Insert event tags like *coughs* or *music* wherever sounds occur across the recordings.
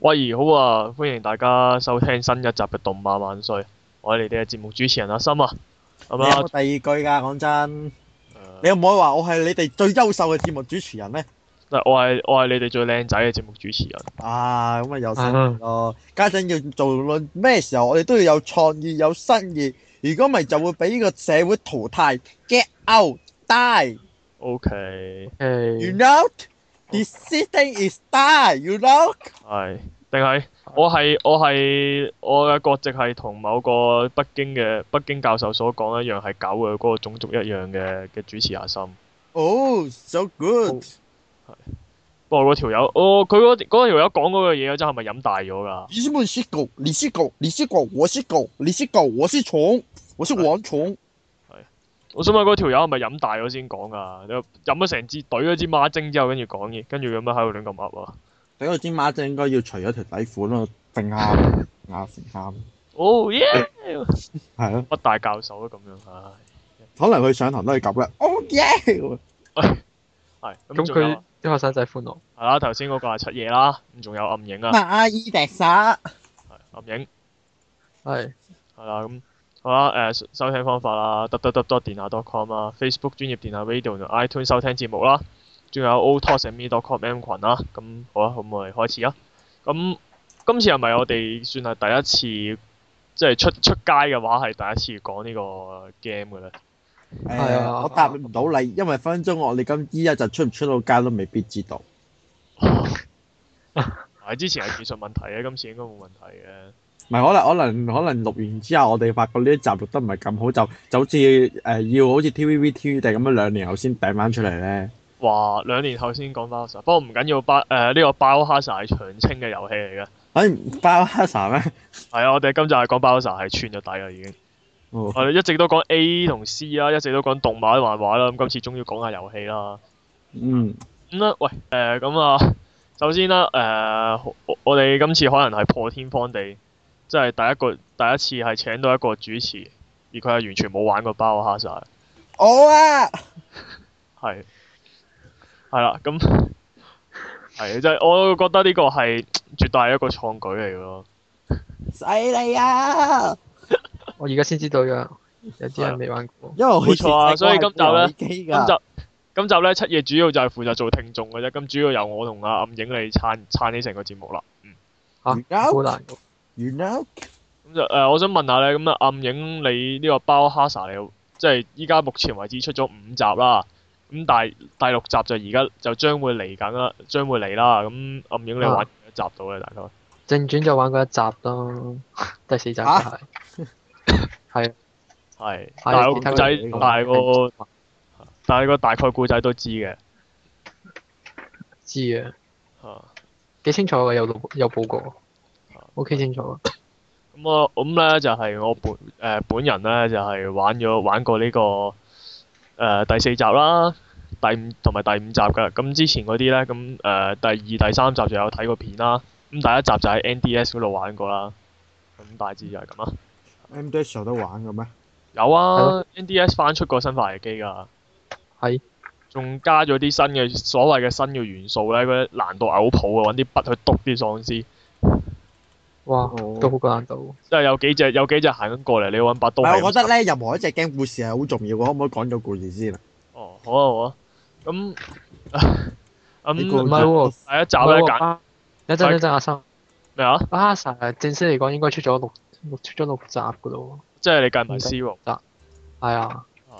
喂，好啊！歡迎大家收聽新一集嘅《動漫萬歲》，我係你哋嘅節目主持人阿森啊，咁你有啊，冇呃第二句噶？講真，誒你可唔可以話我係你哋最優秀嘅節目主持人咧？我係我係你哋最靚仔嘅節目主持人，啊，咁啊有新意咯！家陣要做論咩時候，我哋都要有創意、有新意。如果唔係，就會俾呢個社會淘汰。Get out, die, O K， you 係 know. This city is die, you know. 定係我係我係我嘅國籍係同某個北京嘅北京教授所講一樣係狗嘅嗰個種族一樣嘅嘅主持阿森。 Oh, so good. 不過嗰條友，哦，佢嗰嗰條友講嗰個嘢，我真係咪飲大咗㗎？你是不是狗？你是狗，你是狗，我是狗，你是狗，我是蟲，我是蝗蟲。我想問嗰條友係咪飲大咗先講㗎？你飲咗成支懟咗支孖精之後，跟住講嘢，跟住咁樣喺度亂咁噏啊！等個尖馬仔應該要除咗條底褲咯，定下啱先啱。哦耶！係咯。北大教授啊咁樣，唉，可能佢上堂都係咁嘅。Oh yeah！係咁咁仲佢有啊啲學生仔歡樂，係啦，頭先嗰個係七夜啦，咁仲有暗影啊，馬爾迪沙係暗影係係啦咁。好啦，誒、收收聽方法啦 d o t d o 電下 .com 啦，Facebook 專業電下 Radio 同 iTunes 收聽節目啦，仲有 o t o s m e c o m M 群啦，咁好啦，咁我哋開始啊。咁今次係咪我哋算係第一次，即係出出街嘅話係第一次講呢個 game 嘅咧？係啊我答唔到你，因為分分鐘我哋今依家就出唔出到街都未必知道。係之前係技術問題嘅，今次應該冇問題嘅。唔係可能可能可能錄完之後，我哋發覺呢一集錄得唔係咁好，就就好似誒、呃要好似 TVB TV 地咁樣兩年後先掟翻出嚟咧。哇！兩年後先講包 s 不過唔緊要，包誒呢個包哈薩係長青嘅遊戲嚟嘅。哎，包黑茶咩？係啊，我哋今集係講包哈薩係穿咗底啦已經。哦 *laughs* 我哋一直都講 A 同 C 啦，一直都講動漫漫畫啦，咁今次終於講下遊戲啦。嗯，咁啦，喂誒咁啊，首先啦誒、我我哋今次可能係破天荒地，即係第一個第一次係請到一個主持，而佢係完全冇玩過包哈薩。我啊，係係啦，咁係即係我覺得呢個係絕對係一個創舉嚟嘅咯。犀利啊！我而家先知道㗎，有啲人未玩過，因為我以前冇錯啊細個係所以機今集㗎今集咧，七夜主要就係負責做聽眾嘅啫，咁主要由我同阿暗影嚟撐撐起成個節目啦。嚇而家好難㗎。 You know，咁就誒、我想問下咧，咁啊暗影你呢個包哈薩你即係依家目前為止出咗五集啦，咁但係第六集就而家就將會嚟緊啦，將會嚟啦。咁暗啊影你玩幾多集到咧？大概正傳就玩過一集咯， *laughs* 第四集就係係，係但係個其他故仔嘅，但係個但係個大概故仔都知嘅。知嘅，啊幾清楚嘅，有錄有報告，OK 清楚。啊咁我咁咧就係、我本誒、呃本人咧就係、玩咗玩過呢、個誒、呃第四集啦，第五同埋第五集㗎。咁之前嗰啲咧咁誒第二、第三集就有睇過片啦。咁第一集就喺 NDS 嗰度玩過啦。咁大致就係咁啦。 M d a s 都玩嘅咩？有係啊，NDS 翻出個新化機㗎。係。仲加咗啲新嘅所謂嘅新嘅元素咧，嗰啲難度嘔譜啊，揾啲筆去篤啲喪屍。哇哦，都好過難度。即係有幾隻有幾隻行緊過嚟，你要揾把唔刀。係，我覺得咧，任何一隻 game 故事係好重要嘅，可唔可以講咗故事先啊？哦，好啊好啊，咁 *laughs* 咁呢個唔係喎第一集唔係咧喎揀巴一陣一陣，阿生，咩啊？巴薩正式嚟講應該出咗六六出咗六集㗎咯即係你計埋 C 喎。喎，係啊，啊，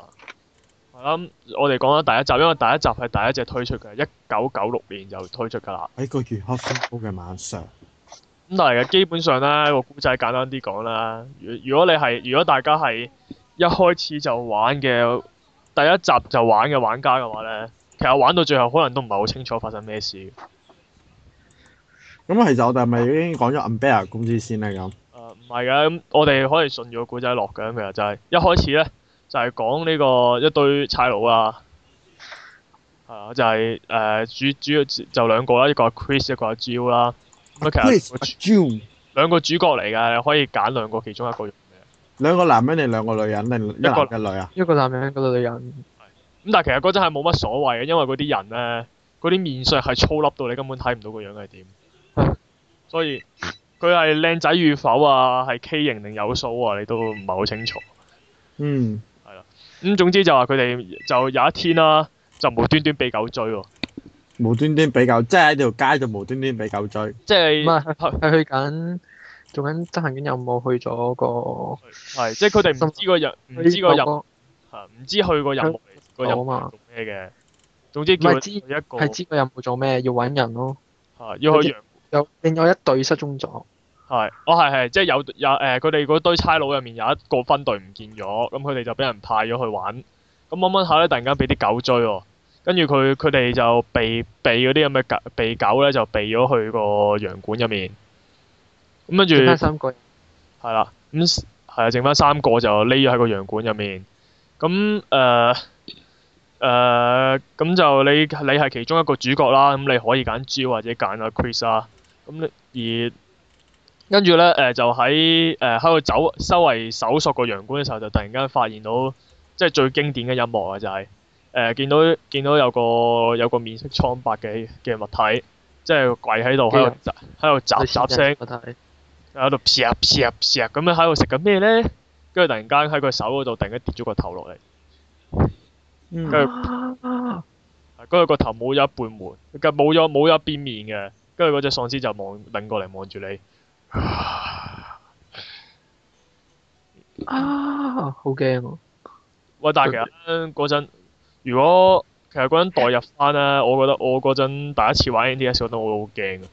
係啦，咁我哋講緊第一集，因為第一集係第一隻推出嘅，一九九六年就推出㗎啦。喺個月黑風高嘅晚上，咁但係基本上咧個故仔簡單啲講啦。如如果你係如果大家係一開始就玩嘅第一集就玩嘅玩家嘅話咧，其實玩到最後可能都唔係好清楚發生咩事。咁其實我哋係咪已經講咗 Umbrella 公司先咧？咁誒唔係嘅，咁我哋可以順住個故仔落嘅，咁其實就係一開始咧就係講呢個一堆差佬啊，係啊，就係、誒、主主要就兩個啦，一個係 Chris，一個係 Jill 啦。咁啊，其 Chris 實 June 兩個主角嚟嘅，你可以揀兩個其中一個用嘅。兩個男人定兩個女人定一個男一女啊？一個男人一個女人，咁但係其實嗰陣係冇乜所謂嘅，因為嗰啲人咧，嗰啲面相係粗粒到你根本睇唔到個樣係點。所以佢係靚仔與否啊，係畸形定有數啊，你都唔係好清楚。嗯，咁總之就話佢哋就有一天啦、就無端端被狗追喎、無端端比較，即係喺條街度無端端比較追。即係唔係係係去緊做緊執行緊任務，去咗個係即係佢哋唔知個任唔知個任個啊唔知佢個任務嚟個任島啊務嘛，做咩嘅。總之唔叫係佢知一個係知個任務做咩，要揾人咯。啊要去佢揚有另外一隊失蹤咗，係，哦係係，即係有有誒，佢哋嗰堆差佬入面有一個分隊唔見咗，咁佢哋就俾人派咗去玩，咁掹掹下咧，突然間俾啲狗追喎，跟住佢佢哋就避避嗰啲咁嘅狗避狗咧，就避咗去個洋館入面，咁跟住剩翻三個人。係啦，咁係啊，剩翻三個就匿咗喺個洋館入面，咁誒誒，咁就你你係其中一個主角啦，咁你可以揀 G 或者揀阿 Chris 啦，咁你而跟住咧誒就喺誒喺度走周圍搜索個洋館嘅時候，就突然間發現到即係最經典嘅音樂啊，就係、誒、見到見到有個有個面色蒼白嘅嘅物體，即係跪喺度喺度喺度雜雜聲。我睇喺度劈啊劈啊劈啊咁樣喺度食緊咩咧？跟住突然間喺佢手嗰度突然間跌咗個頭落嚟，跟嗯住啊跟住個頭冇咗一半門，佢冇咗冇咗一邊面嘅，跟住嗰隻喪屍就望擰過嚟望住你，啊，好驚喎！喂！但係其實嗰陣如果其實嗰陣代入翻咧，我覺得我嗰陣第一次玩 NDS 嗰陣我好驚嘅，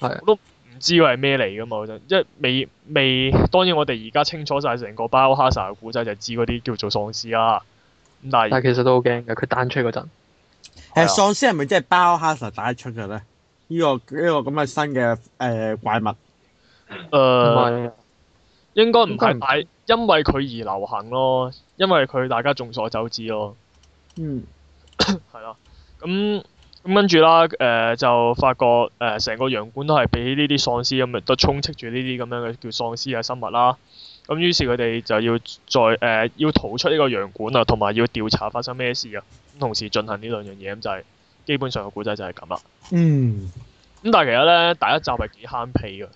係我都唔知佢係咩嚟噶嘛嗰陣，即係未未當然我哋而家清楚晒成個包哈薩嘅古仔就知嗰啲叫做喪屍啦，咁但係但係其實都好驚嘅，佢彈出嗰陣，係啊誒喪屍係咪即係包哈薩帶出嘅咧？呢、個呢、個咁嘅新嘅誒、怪物，誒。唔係應該唔係應該唔大，因為佢而流行咯，因為佢大家眾所周知咯，嗯，係啦。咁咁跟住啦，誒、就發覺誒成、個洋館都係俾呢啲喪屍咁樣，都充斥住呢啲咁樣嘅叫喪屍嘅生物啦。咁於是佢哋就要再誒、要逃出呢個洋館啊，同埋要調查發生咩事啊。咁同時進行呢兩樣嘢，咁就係、基本上個故仔就係咁啦。嗯，咁但係其實咧，第一集係幾慳皮嘅。誒、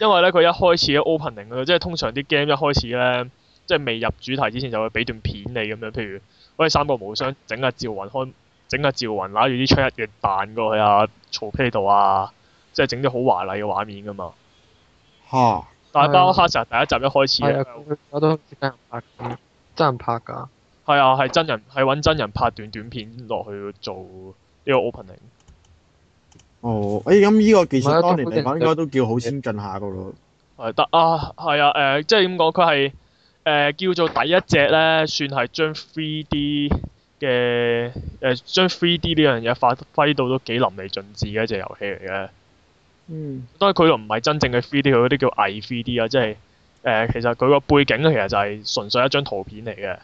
因為咧佢一開始嘅 opening 咧，即係通常啲 game 一開始咧，即係未入主題之前就會俾段片你咁樣，譬如喂三個無雙整下趙雲開，整下趙雲揦住啲槍一嘢彈過去啊曹丕度啊，即係整啲好華麗嘅畫面噶嘛。嚇，但係包黑實第一集一開始啊係呢啊，佢我都好似真人拍㗎，真人拍㗎。係啊係真人係揾真人拍段短片落去做呢個 opening。哦，誒咁呢個技唔係啊術當年嚟都好講應該都叫好先進下噶咯，係得啊，係啊，誒、即係點講？佢係誒叫做第一隻咧，算係將 3D 嘅誒、將 3D 呢樣嘢發揮到都幾淋漓盡致嘅一隻遊戲嚟嘅。嗯，當然佢又唔係真正嘅 3D，佢嗰啲叫偽 3D 啊，即係誒、其實佢個背景呢其實就係純粹一張圖片嚟嘅。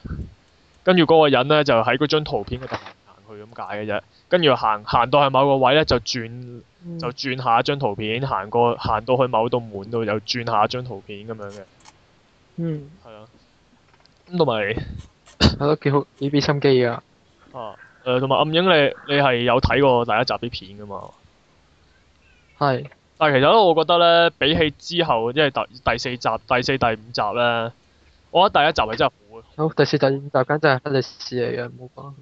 跟住嗰個人咧就喺嗰張圖片嗰度行去咁解嘅啫，跟住行行到去某個位咧就轉就轉下一張圖片，行過行到去某道門度又轉下一張圖片咁樣嘅，嗯，係啊。咁同埋係咯，幾好幾俾心機㗎。啊誒，同埋暗影你你係有睇過第一集啲片噶嘛？係但係其實咧，我覺得咧，比起之後即係第第四集、第四、第五集咧，我覺得第一集係真係好，好第四集、第五集簡直係黑歷史嚟嘅，冇講。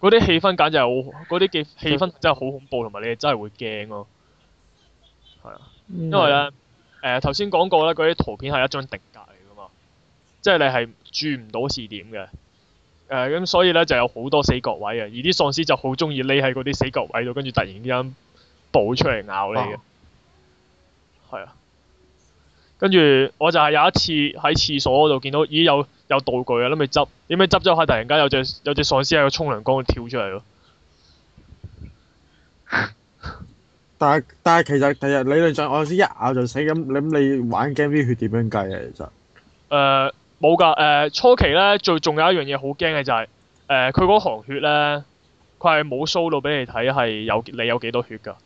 嗰啲氣氛簡直係好，嗰啲嘅氣氛真係好恐怖，同埋你哋真係會驚咯。因嗯因為咧，誒頭先講過咧，嗰啲圖片係一張定格嚟噶嘛，即係你係轉唔到視點嘅。誒、咁所以咧就有好多死角位啊嘅，而啲喪屍就好中意匿喺嗰啲死角位度，跟住突然之間暴出嚟咬你嘅。係啊。跟住我就係有一次喺廁所嗰度見到，咦有有道具啊，諗住執，點解執咗下突然間有隻有隻喪屍喺個沖涼缸度跳出嚟咯。但係但係其實其實理論上我先一咬就死咁，咁你玩 game 啲血點樣計啊？其實，誒呃冇㗎，誒、初期咧最仲有一樣嘢好驚嘅就係誒佢嗰行血咧，佢係冇 show 到俾你睇係有你有幾多血㗎，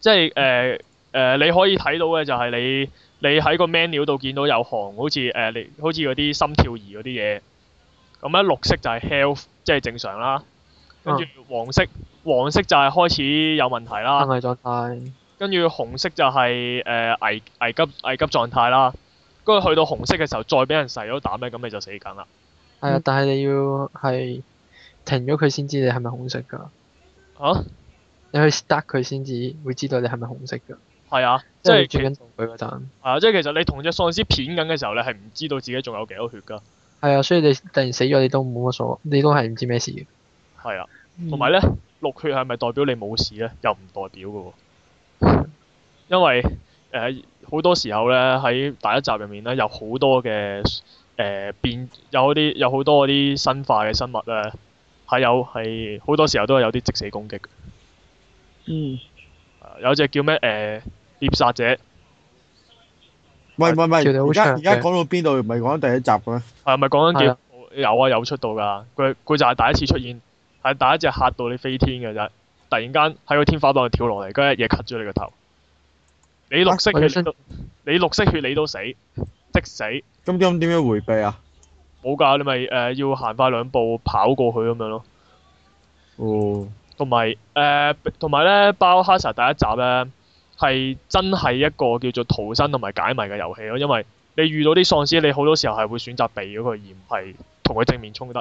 即係誒誒你可以睇到嘅就係你你喺個 menu 度見到有行好似誒、你好似嗰啲心跳儀嗰啲嘢，咁咧綠色就係 health 即係正常啦，跟住黃色黃色就係開始有問題昏啦，迷狀態，跟住紅色就係、誒、危危急危急狀態啦，跟住去到紅色嘅時候再俾人噬咗膽咧，咁你就死梗啦。係啊，但係你要係停咗佢先知你係咪紅色㗎，嚇、你去 start 佢先至會知道你係咪紅色㗎，係啊，即即係係你其轉緊道具嗰陣。係啊，即係其實你同只喪屍片緊嘅時候，你係唔知道自己仲有幾多血㗎。係啊，所以你突然死咗，你都冇乜所謂，你都係唔知咩事嘅。係啊，同埋咧，綠血係咪代表你冇事咧？又唔代表嘅喎， *laughs* 因為誒好、多時候咧喺第一集入面咧有好多嘅誒、呃、變有啲有好多嗰啲生化嘅生物咧係有係好多時候都係有啲即死攻擊嘅、嗯，啊有隻叫咩誒、呃、獵殺者喂喂喂，條條好而家長而家嘅講到邊度？唔係講緊第一集嘅咩？係咪講緊係叫啊有啊有出到㗎？佢佢就係第一次出現，係第一隻嚇到你飛天嘅啫，突然間喺個天花板度跳落嚟，跟住一嘢 cut 咗你個頭。你綠色啊我要血你申都你綠色血你都死，即死冇咁咁點樣迴避啊？㗎，你咪誒、呃要行快兩步跑過去咁樣咯。哦，同埋誒同埋咧，包哈薩第一集咧係真係一個叫做逃生同埋解謎嘅遊戲咯，因為你遇到啲喪屍，你好多時候係會選擇避咗佢，而唔係同佢正面衝突。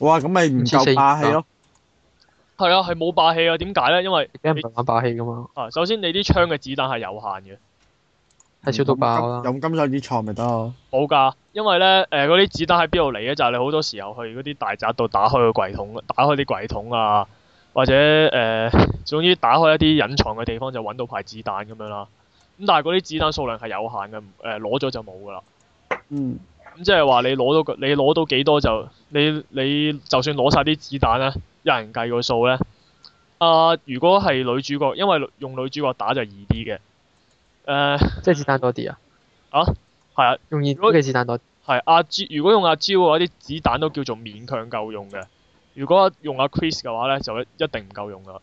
哇，咁咪唔唔似四夠霸氣咯。係啊，係冇霸氣啊！點解咧？因為你俾人唔係玩霸氣㗎嘛，啊，首先你啲槍嘅子彈係有限嘅，嗯係少到爆啦。用金手指錯咪得咯。冇㗎，因為咧誒嗰啲子彈喺邊度嚟咧？就係、你好多時候去嗰啲大宅度打開個櫃桶，打開啲櫃桶啊，或者誒、呃，總之打開一啲隱藏嘅地方就揾到排子彈咁樣啦。咁但係嗰啲子彈數量係有限嘅，唔誒攞咗就冇㗎啦。嗯，咁即係話你攞到個你攞到幾多就你你就算攞晒啲子彈咧，有人計個數咧。啊、如果係女主角，因為用女主角打就易啲嘅。誒、即係子彈多啲啊！啊，係啊，用熱如果嘅子彈多啲，係阿蕉，如果用阿蕉嘅話，啲子彈都叫做勉強夠用嘅。如果用阿 Chris 嘅話咧，就一一定唔夠用噶。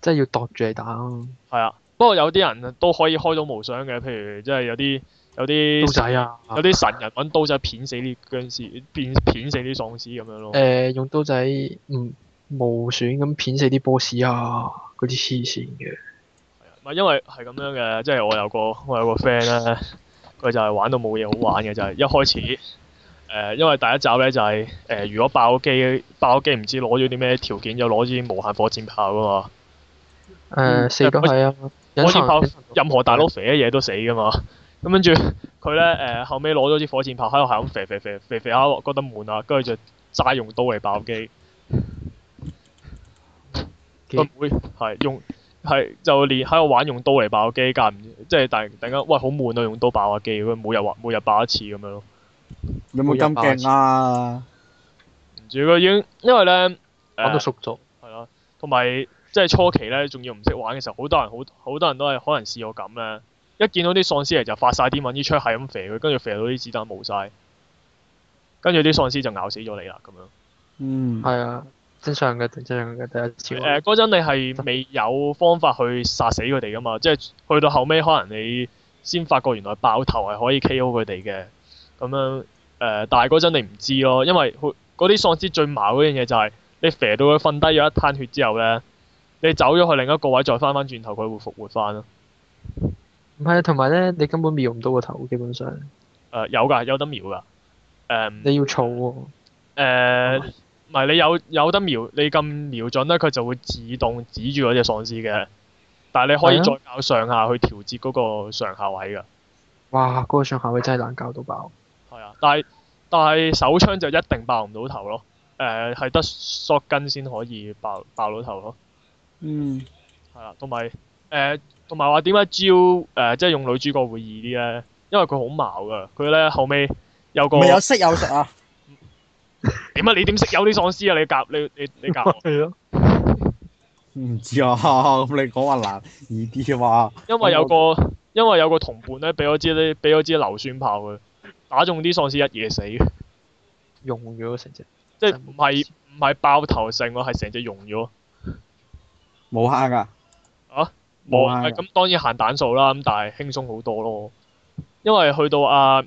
即係要度住嚟打啊！係啊，不過有啲人都可以開到無雙嘅，譬如即係有啲有刀啲仔啊！有啲神人揾刀仔片死啲僵屍，片片死啲喪屍咁樣咯。誒，用刀仔唔無損咁片死啲 boss 啊！嗰啲黐線嘅，唔係因為係咁樣嘅，即係我有個我有個 friend 咧，佢就係玩到冇嘢好玩嘅，就係、一開始誒、呃因為第一集咧就係、呃如果爆機爆機唔知攞咗啲咩條件，就攞支無限火箭炮噶嘛，嗯誒死都係啊！火隱箭炮藏任何大佬肥嘅嘢都死噶嘛。咁跟住佢咧誒後尾攞咗支火箭炮喺度係咁肥肥肥肥肥下，覺得悶啦，跟住就齋用刀嚟爆機。幾佢唔會係用係就連喺度玩用刀嚟爆機，間唔即係突然突然間喂好悶啊，用刀爆下機，佢每日話每日爆一次咁樣咯。有冇咁勁啊？唔知佢已經因為咧呃誒玩到熟咗，係啦，同埋即係初期咧，仲要唔識玩嘅時候，好多人好好多人都係可能試過咁咧，一見到啲喪屍嚟就發晒啲蚊，啲槍係咁肥佢，跟住肥到啲子彈冇晒，跟住啲喪屍就咬死咗你啦咁樣。嗯，係啊，正常嘅，正常嘅第一次誒嗰陣你係未有方法去殺死佢哋噶嘛，即係去到後尾可能你先發覺原來爆頭係可以 K.O. 佢哋嘅，咁樣誒、呃但係嗰陣你唔知咯，因為佢嗰啲喪屍最矛嗰樣嘢就係、你肥到佢瞓低咗一灘血之後咧，你走咗去另一個位再翻翻轉頭，佢會復活翻咯。唔係啊，同埋咧，你根本瞄唔到個頭，基本上誒、有㗎，有得瞄㗎。誒、你要儲喎。誒，呃唔係你有有得瞄，你咁瞄準咧，佢就會自動指住嗰只喪屍嘅。但係你啊可以係再較上下去調節嗰個上下位㗎。哇！嗰個上下位真係難搞到爆。係啊，但係但係手槍就一定爆唔到頭咯。誒、係得索根先可以爆爆到頭咯。嗯，係啊啦，同埋誒，同埋話點解招誒、即係用女主角會易啲咧？因為佢好矛㗎，佢咧後尾有個咪有點色有食啊？啊？ *laughs* 你點識有啲喪屍啊？你夾你你你夾我。係咯。唔知啊，咁你講話難易啲啊嘛？因為有個因為有個同伴咧，俾咗支咧，俾咗支硫酸炮佢，打中啲喪屍一夜死嘅，用咗成隻。即係唔係唔係爆頭成喎，係成隻溶咗。冇坑噶。啊？冇係坑㗎。咁當然限彈數啦，咁但係輕鬆好多咯。因為去到啊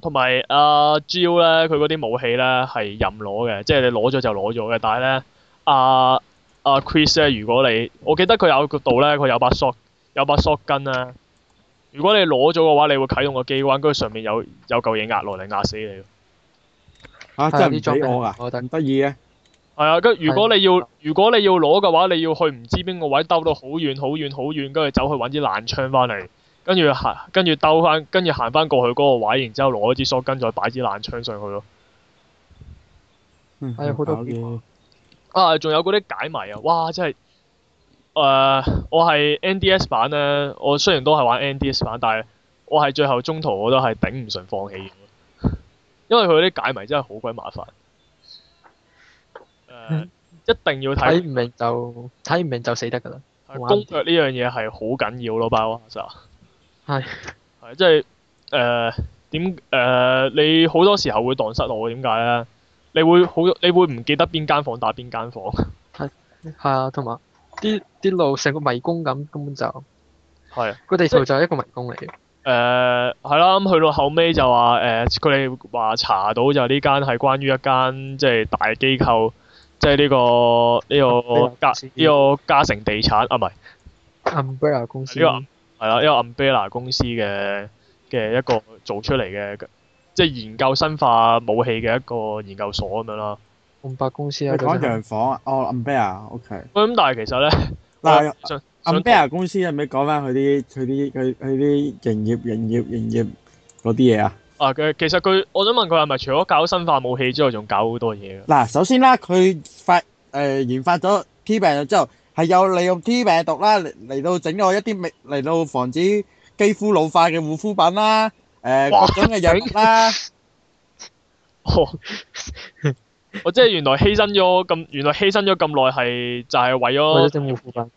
同埋阿 j 咧，佢嗰啲武器咧係任攞嘅，即係你攞咗就攞咗嘅。但係咧，阿阿 Chris 咧，如果你我記得佢有個度咧，佢有把 shot 有把 shot 筋咧。如果你攞咗嘅話，你會啟動個機關，跟住上面有有嚿嘢壓落嚟壓死你。啊，係啊真呢係唔俾裝我啊，我覺得唔得意嘅。係啊，跟如果係你要如果你要攞嘅話，你要去唔知邊個位兜到好遠好遠好遠，跟住走去揾支爛槍翻嚟，跟住行跟住兜翻，跟住行翻過去嗰個位，然之後攞支索筋再擺支爛槍上去咯。嗯係啊好多搞嘢啊，仲有嗰啲解謎啊！哇，真係〜誒、我係 NDS 版咧，我雖然都係玩 NDS 版，但係我係最後中途我都係頂唔順放棄嘅，因為佢啲解謎真係好鬼麻煩。誒、呃嗯一定要睇睇唔明就睇唔明就死得㗎啦。玩攻略呢樣嘢係好緊要咯，包其實係係即係誒點呃誒？你好多時候會蕩失路，點解咧？你會好你會唔記得邊間房打邊間 *laughs* 房？係啊，同埋啲啲路成個迷宮咁，根本就係。個地圖就係一個迷宮嚟嘅。誒係啦，咁去到後尾就話誒，佢哋話查到就呢間係關於一間即係大機構，即係呢個啊呢個嘉呢個嘉誠地產啊，唔係 Umbrella 公司呢個係啦，呢個 Umbrella 公司嘅嘅一個做出嚟嘅，即係研究生化武器嘅一個研究所咁樣啦。紅白公司你啊，講就係洋房啊？哦，Umbrella，OK。喂咁但係其實咧，嗱我想想，Umbrella 公司有冇講翻佢啲佢啲佢佢啲營業營業營業嗰啲嘢啊？啊，佢其實佢，我想問佢係咪除咗搞生化武器之外，仲搞好多嘢嘅？ *laughs* 嗱，首先啦，佢發誒、呃研發咗 T 病毒之後，係有利用 T 病毒啦嚟嚟到整咗一啲未嚟到防止肌膚老化嘅護膚品啦，誒、哇各種嘅藥物啦，哦，我即係原來犧牲咗咁，原來犧牲咗咁耐係就係為為咗咗政府附近。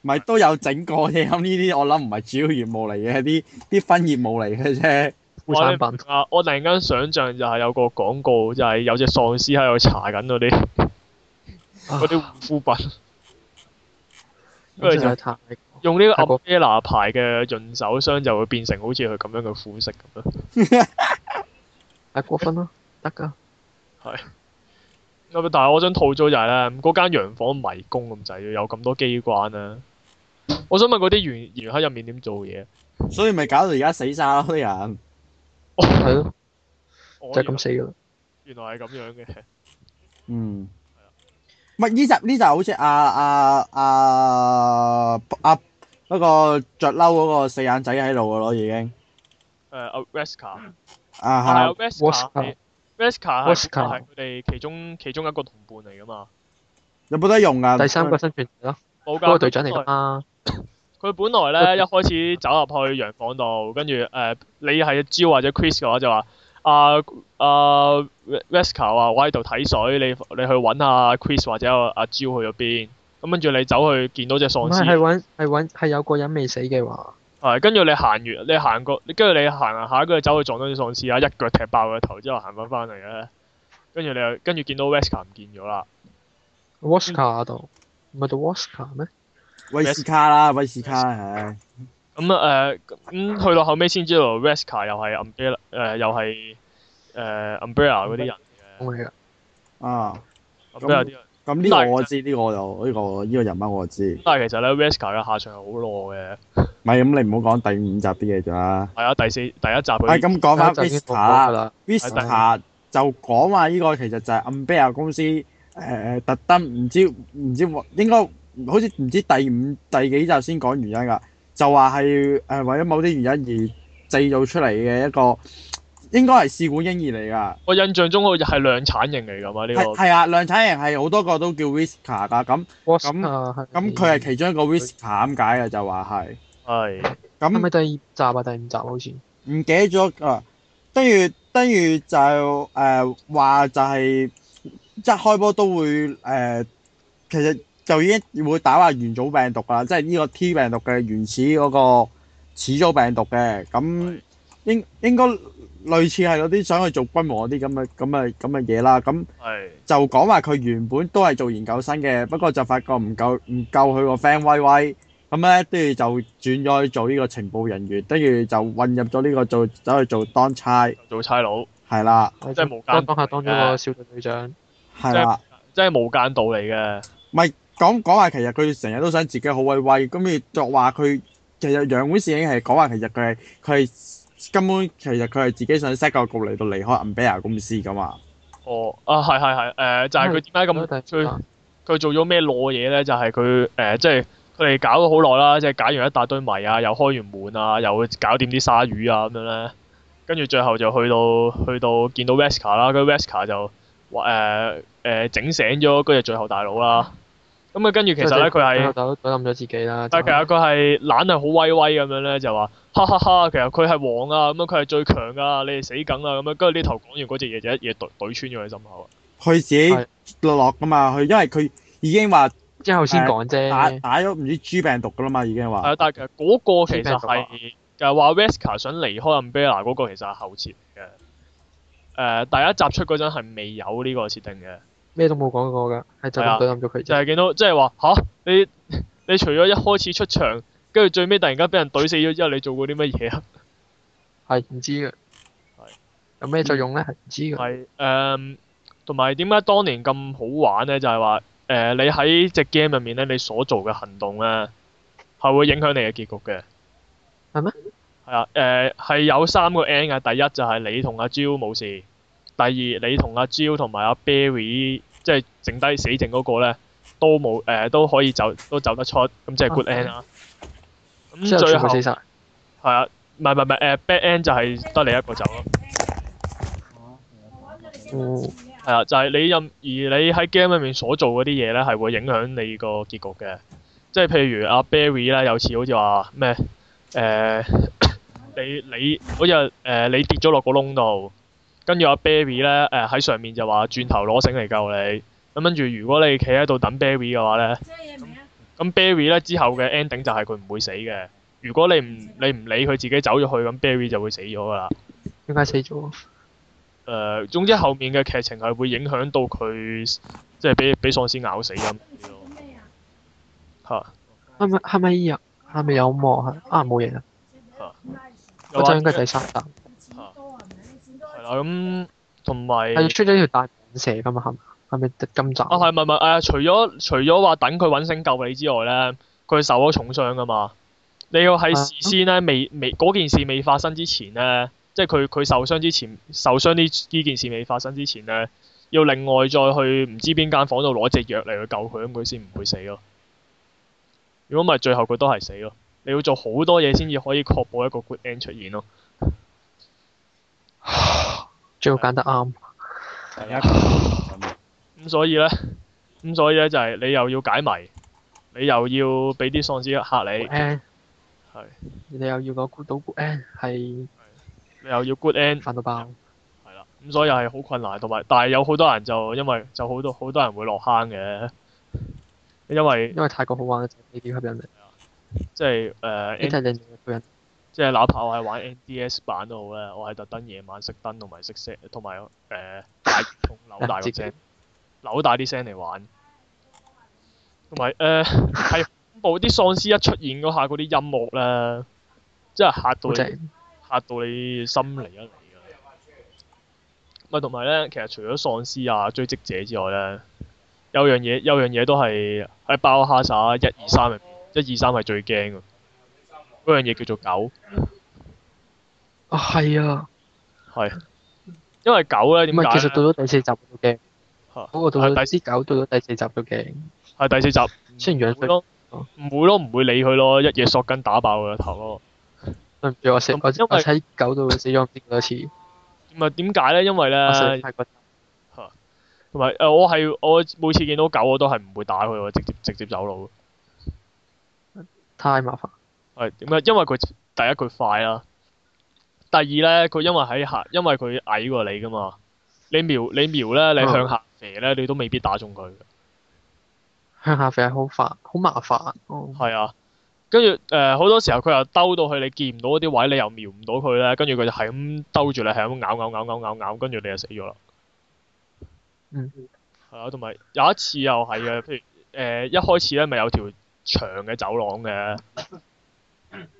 咪都有整過嘅。咁呢啲我諗唔係主要業務嚟嘅，啲啲分業務 *laughs* 嚟嘅啫。副我產品啊！我突然間想像就係有個廣告，就係有隻喪屍喺度查緊嗰啲嗰啲啊護膚品，真係太用呢個泰國 Umbrella 牌嘅潤手霜就會變成好似佢咁樣嘅膚色咁樣。太過分啦，得㗎。咁但係我想吐槽就係咧，嗰間洋房迷宮咁滯，有咁多機關啊！我想問嗰啲員員喺入面點做嘢？所以咪搞到而家死晒咯啲人。係咯，我就係咁死㗎啦。哦原來係咁樣嘅。 *laughs* 嗯。唔係呢集呢集好似阿阿阿阿嗰個着褸嗰個四眼仔喺度嘅咯，已經誒、阿 Reska。啊係啊係啊 Vesca 係 Vesca 係 Vesca 係佢哋其中其中一個同伴嚟噶嘛。有冇得用啊？第三個生存者咯，冇嗰個㗎，隊長嚟㗎嘛。佢本 *laughs* 來咧一開始走入去洋房度，跟住誒你係 j 或者 Chris 嘅話就話啊啊 Vesca 話我喺度睇水，你你去揾下 Chris 或者阿 j 去咗邊。咁跟住你走去見到隻唔喪係屍，係揾係揾係有個人未死嘅話，係跟住你行完，你行過，跟住你行行下，跟住走去撞到隻喪屍啊，一腳踢爆佢頭之後行翻翻嚟咧，跟住你又跟住見到 Vesca 唔見咗啦， Waska 度，唔係到 Waska 咩？威斯卡啦，威斯卡唉，咁啊誒，咁、去到後尾先知道 Reska 又係 Umbrella 誒、又係誒、Umbrella 嗰啲人咁嘅嚟㗎。啊， ，Umbrella 啲人。咁呢個我知，呢個我就呢個呢個人物我知咁。但係其實咧 Reska 嘅下場係好攞嘅，唔係咁，你唔好講第五集啲嘢咋。啊，係啊，第四第一集佢咁講翻就已經 Vista 報告㗎啦啦。 ，Vista 就講話呢個其實就係 Umbrella 公司誒、呃特登唔知唔知應該好似唔知第五第幾集先講原因㗎，就話係誒為咗某啲原因而製造出嚟嘅一個應該係試管嬰兒嚟㗎。我印象中佢係量產型嚟㗎嘛呢係個，係啊，量產型係好多個都叫 Vista 㗎咁。 Waska 係嗯咁佢係其中一個 risk 咁解嘅，就話係。係係咪咁第二集啊？第五集啊好似唔記得咗啊，跟住跟住就誒話、就係一開波都會誒、呃其實就已經會打話元祖病毒啦，即係呢個 T 病毒嘅原始嗰個始祖病毒嘅，咁應應該類似係嗰啲想去做君王嗰啲咁嘅咁嘅咁嘅嘢啦，咁。係就講話佢原本都係做研究生嘅，不過就發覺唔夠唔夠佢個 friend 威威，咁咧跟住就轉咗去做呢個情報人員，跟住就混入咗呢個做走去做當差，做差佬，係啦，係真係無間當當下當咗道嚟個嘅小隊隊長，係啦。即係無間道嚟嘅。講講話其實佢成日都想自己好威威，咁你作話佢其實楊本事已經係講話其實佢係佢係根本其實佢係自己想 set 個局嚟到離開 Umbrella 公司噶嘛。哦，啊係係係，誒、就係佢點解咁咁但佢佢做咗咩攞嘢咧？就係佢誒，即係佢哋搞咗好耐啦，即係解完一大堆謎啊，又開完門啊，又搞掂啲鯊魚啊咁樣咧。跟住最後就去到去到見到 Veska 啦，跟住 Veska 就話誒誒整醒咗嗰只最後大佬啦。咁啊，跟住其實咧佢係。佢就懟冧咗自己啦。但係就其實佢係懶係好威威咁樣咧，就話哈哈哈，其實佢係王啊，咁樣佢係最強噶，你哋死梗啦咁樣。跟住呢頭講完嗰隻嘢就一嘢懟懟穿咗佢心口啊！佢自己係落落噶嘛，佢因為佢已經話之後先講啫。打打咗唔知豬病毒噶啦嘛，已經係話啊，但係其實嗰個其實邊個啊係就係話 Veska 想離開 Umbrella 嗰個其實係後設嚟嘅。誒、第一集出嗰陣係未有呢個設定嘅，咩都冇講過㗎，係就係咁啊懟冧咗佢就啫。係見到即係話吓，你 *laughs* 你除咗一開始出場，跟住最尾突然間俾人懟死咗之後，你做過啲乜嘢啊？係唔知㗎。係有咩作用咧？係唔知㗎。係誒，嗯同埋點解當年咁好玩咧？就係話誒，你喺只 game 入面咧，你所做嘅行動咧，係會影響你嘅結局嘅。係咩？係啊，誒、係有三個 end 嘅。第一就係你同阿 j 冇事，第二你同阿 j 同埋阿 Barry 即係剩低死剩嗰個咧，都冇誒、呃都可以走都走得出，咁即係 good end 啦。之咁最後哦全部後死晒。係啊，唔係唔係唔係誒 bad end 就係得你一個走咯。哦，係啊，就係、你任而你喺 game 裏面所做嗰啲嘢咧，係會影響你個結局嘅。即係譬如阿 Barry 咧，有次好似話咩誒， *coughs* 你你好似係誒你跌咗落個窿度，跟住阿 Barry 咧誒喺上面就話轉頭攞繩嚟救你。咁跟住如果你企喺度等 Barry 嘅話咧，咁 Barry 咧之後嘅 ending 就係佢唔會死嘅。如果你唔你唔理佢自己走咗去，咁 Barry 就會死咗㗎啦。點解死咗？誒、呃總之後面嘅劇情係會影響到佢，即係俾俾喪屍咬死咁樣咯嚇。係咪係咪有係咪有幕啊？啊冇嘢啦，又嗰陣或應該者係第三集，啊係啦，咁同埋係出咗條大蛇㗎嘛？係咪係咪今集？啊，係咪咪誒？除咗除咗話等佢揾星救你之外咧，佢受咗重傷噶嘛。你要喺啊事先咧未未嗰件事未發生之前咧，即係佢佢受傷之前受傷呢呢件事未發生之前咧，要另外再去唔知邊間房度攞隻藥嚟去救佢，咁佢先唔會死咯。如果唔係，最後佢都係死咯。你要做好多嘢先至可以確保一個 good end 出現咯。最好揀得啱。係啊咁咁所以咧，咁所以咧就係你又要解謎，你又要俾啲喪屍嚇你。 N，係你又要個估到 N 係你又要 good end，煩到爆，係啦，咁所以係好困難，同埋但係有好多人就因為就好多好多人會落坑嘅，因為因為太過好玩嘅就係呢啲吸引力，即係誒、呃呢啲 N- 係令人嘅人即係哪怕我係玩 NDS 版都好咧，我係特登夜晚熄燈同埋熄聲，同埋誒大通扭大個聲，扭大啲聲嚟玩，同埋 *laughs* 誒係恐怖啲喪屍一出現嗰下嗰啲音樂咧，真係嚇到好你。正。嚇到你心離一離㗎。咪啊同埋咧，其實除咗喪屍啊、追擊者之外咧，有樣嘢有樣嘢都係喺包哈薩一二三入面，一二三係最驚嘅。嗰樣嘢叫做狗，啊係啊，係因為狗咧點唔解係其實到咧？咗第四集都驚，嚇嗰個到係咗第啲狗到咗第四集都驚，係第四集，雖然唔會養咯，唔會咯，唔會理佢咯，一嘢索筋打爆佢個頭咯。對唔住我死我我因為睇狗到死咗唔知幾 *laughs* 多次，咁啊點解咧？因為我實咧在，太過同埋誒我係我每次見到狗我都係唔會打佢喎，直接直接走佬。太麻煩。係點解？因為佢第一佢快啦，第二咧佢因為喺下，因為佢矮過你噶嘛，你瞄你瞄咧，你向下射咧，你都未必打中佢。向下肥係好煩，好麻煩。哦係啊，跟住誒好多時候佢又兜到去你見唔到嗰啲位，你又瞄唔到佢咧，跟住佢就係咁兜住你，係咁咬咬咬咬咬咬，跟住你就死咗啦。嗯，呃係啊，同埋有一次又係嘅，譬如誒、一開始咧咪有條長嘅走廊嘅。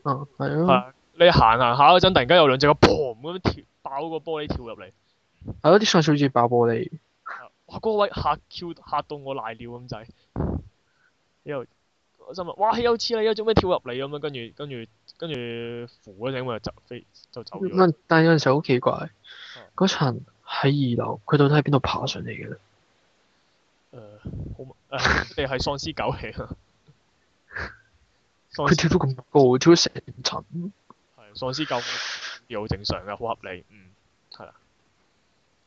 啊，係係啊，啊你行行下嗰陣，突然間有兩隻個砰咁樣跳爆個玻璃跳入嚟，啊係咯，啲上水好似爆玻璃，哇！嗰個位嚇 Q 嚇到我瀨尿咁滯，之後我心諗：哇！豈有此理啊！做咩跳入嚟咁樣？跟住跟住跟住扶嗰陣咁啊就走飛就走咗。咁啊但係有陣時好奇啊怪，嗰層喺二樓，佢到底喺邊度爬上嚟嘅咧？誒好誒，佢哋係喪屍狗嚟啊！喪佢屍跳到咁高，跳咗成層，係喪屍狗，又好正常嘅，好合理。嗯，係啦。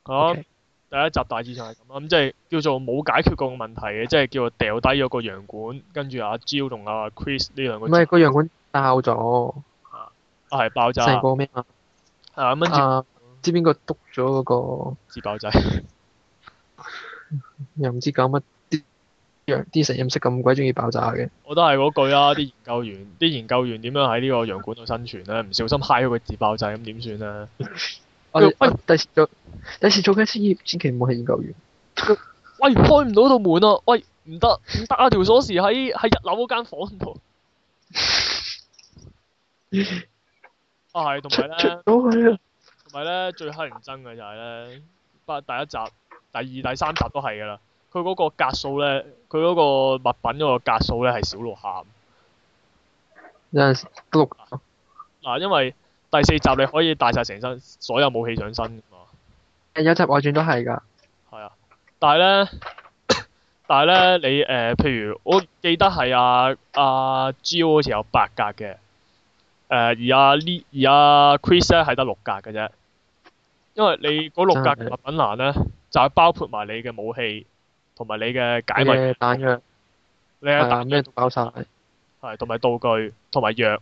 好 OK 第一集大致上係咁啦，咁即係叫做冇解決過個問題嘅，即係叫做掉低咗個洋管，跟住阿 Jill 同阿 Chris 呢兩唔個係個陽管爆咗，啊係爆炸，成係個咩啊？啊咁樣啊，知邊個篤咗嗰個自爆仔，又唔知搞乜啲陽啲實驗室咁鬼中意爆炸嘅？我都係嗰句啦。啲研究員，啲研究員點樣喺呢個洋管度生存咧？唔小心揩咗個自爆掣，咁點算咧？我哋喂我第時做第時做嘅先千祈唔好係研究員。喂，開唔到道門啊！喂，唔得唔得啊！條鎖匙喺喺一樓嗰間房 *laughs* 度。啊係，同出埋咧，出到去啊！同埋咧，最乞人憎嘅就係咧，不第一集、第二、第三集都係噶啦。佢嗰個格數咧，佢嗰個物品嗰個格數咧係少到喊。有陣時六嗱，啊因為第四集你可以帶晒成身所有武器上身㗎嘛。有集外傳都係㗎，係啊，但係咧， *coughs* 但係咧，你誒、呃譬如我記得係阿阿 G 好似有八格嘅，誒、呃而阿呢而阿 Chris 咧係得六格嘅啫，因為你嗰六格嘅真係物品欄咧就係、包括埋你嘅武器同埋你嘅解你密，嘅彈藥你係嘅啊彈咩都爆晒。係同埋道具同埋藥，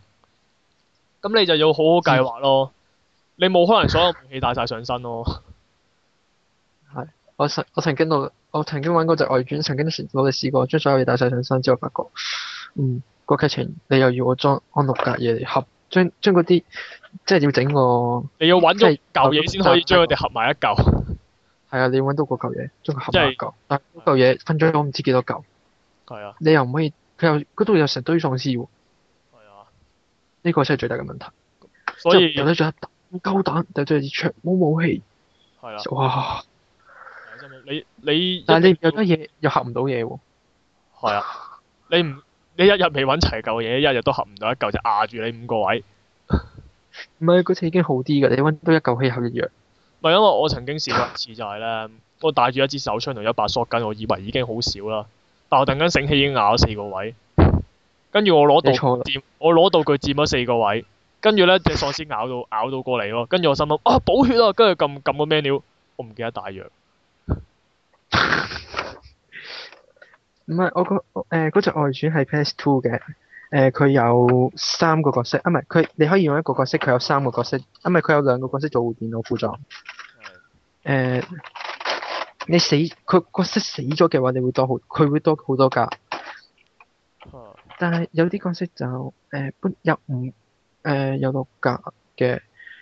咁你就要好好計劃咯。你冇可能所有武器帶晒上身咯，我曾我曾經努我曾經玩過隻外傳，曾經努力試過將所有嘢帶晒上身之後，發覺嗯個劇情你又要我裝安六格嘢嚟合，將將嗰啲即係要整個你要揾即咗係嚿嘢先可以將佢哋合埋一嚿。係啊，你揾到嗰嚿嘢將佢合即係埋一嚿，但係嗰嚿嘢分咗我唔知幾多嚿，係啊，你又唔可以佢又嗰度有成堆喪屍喎，係啊，呢個先係最大嘅問題。所以就。有得咗一嚿蛋，就對住槍冇武器，係啦，啊哇！係啊真係你你但係你一定要有得嘢又合唔到嘢喎。係啊，你唔你一日未揾齊嚿嘢，一日都合唔到一嚿，就壓住你五個位。唔係嗰次已經好啲㗎，你揾到一嚿氣合一樣。唔係因為我曾經試過一次就係咧，我帶住一支手槍同一把索筋，我以為已經好少啦，但我突然間醒起已經咬咗四個位，跟住我攞道你錯啦具佔，我攞道具佔咗四個位，跟住咧隻喪屍咬到咬到過嚟咯，跟住我心諗啊補血啊，跟住撳撳個 menu，我唔記得帶藥，唔係我個我誒嗰隻外傳係 PS Two 嘅，誒、佢有三個角色，啊唔係佢你可以用一個角色，佢有三個角色，啊唔係佢有兩個角色做電腦輔助。誒、呃你死佢角色死咗嘅話，你會多好，佢會多好多格。啊但係有啲角色就誒、呃、搬入五誒、呃有六格嘅，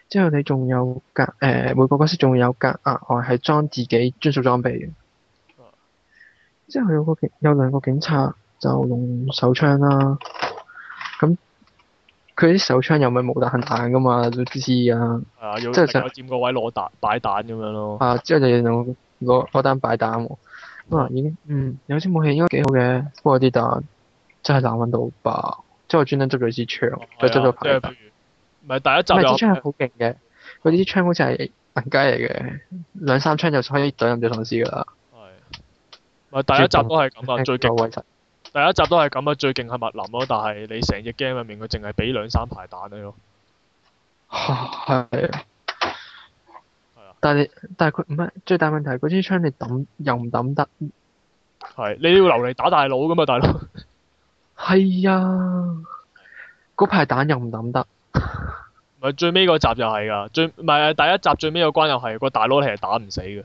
之後你仲有格誒、呃每個角色仲有格額外係裝自己專屬裝備嘅啊。之後有個警有兩個警察就用手槍啦，咁佢啲手槍又咪冇彈彈噶嘛，都知啊。係啊，要即係另外佔個位攞蛋擺蛋咁樣咯，啊，之後就用攞攞單擺彈喎。咁啊，已經嗯有支武器應該幾好嘅，不過啲彈真係難揾到吧。之後我專登執咗支槍，再係執咗啊即排係譬如唔係第唔一集係有支槍係好勁嘅，佢啲槍好似係銀雞嚟嘅，兩三槍就可以懟冧咗喪屍㗎啦。係。咪第一集都係咁啊，最夠勁威神 *laughs* 第一集都係咁啊，最勁係密林咯，但係你成隻 game 入面佢淨係俾兩三排彈你咯，係啊係啊。但係你但係佢唔係最大問題，嗰支槍你抌又唔抌得。係你要留嚟打大佬噶嘛，大佬。 *laughs* 係啊，嗰排彈又唔抌得。咪最尾嗰集就係㗎，最唔係第一集最尾個關又係個大佬你係打唔死嘅，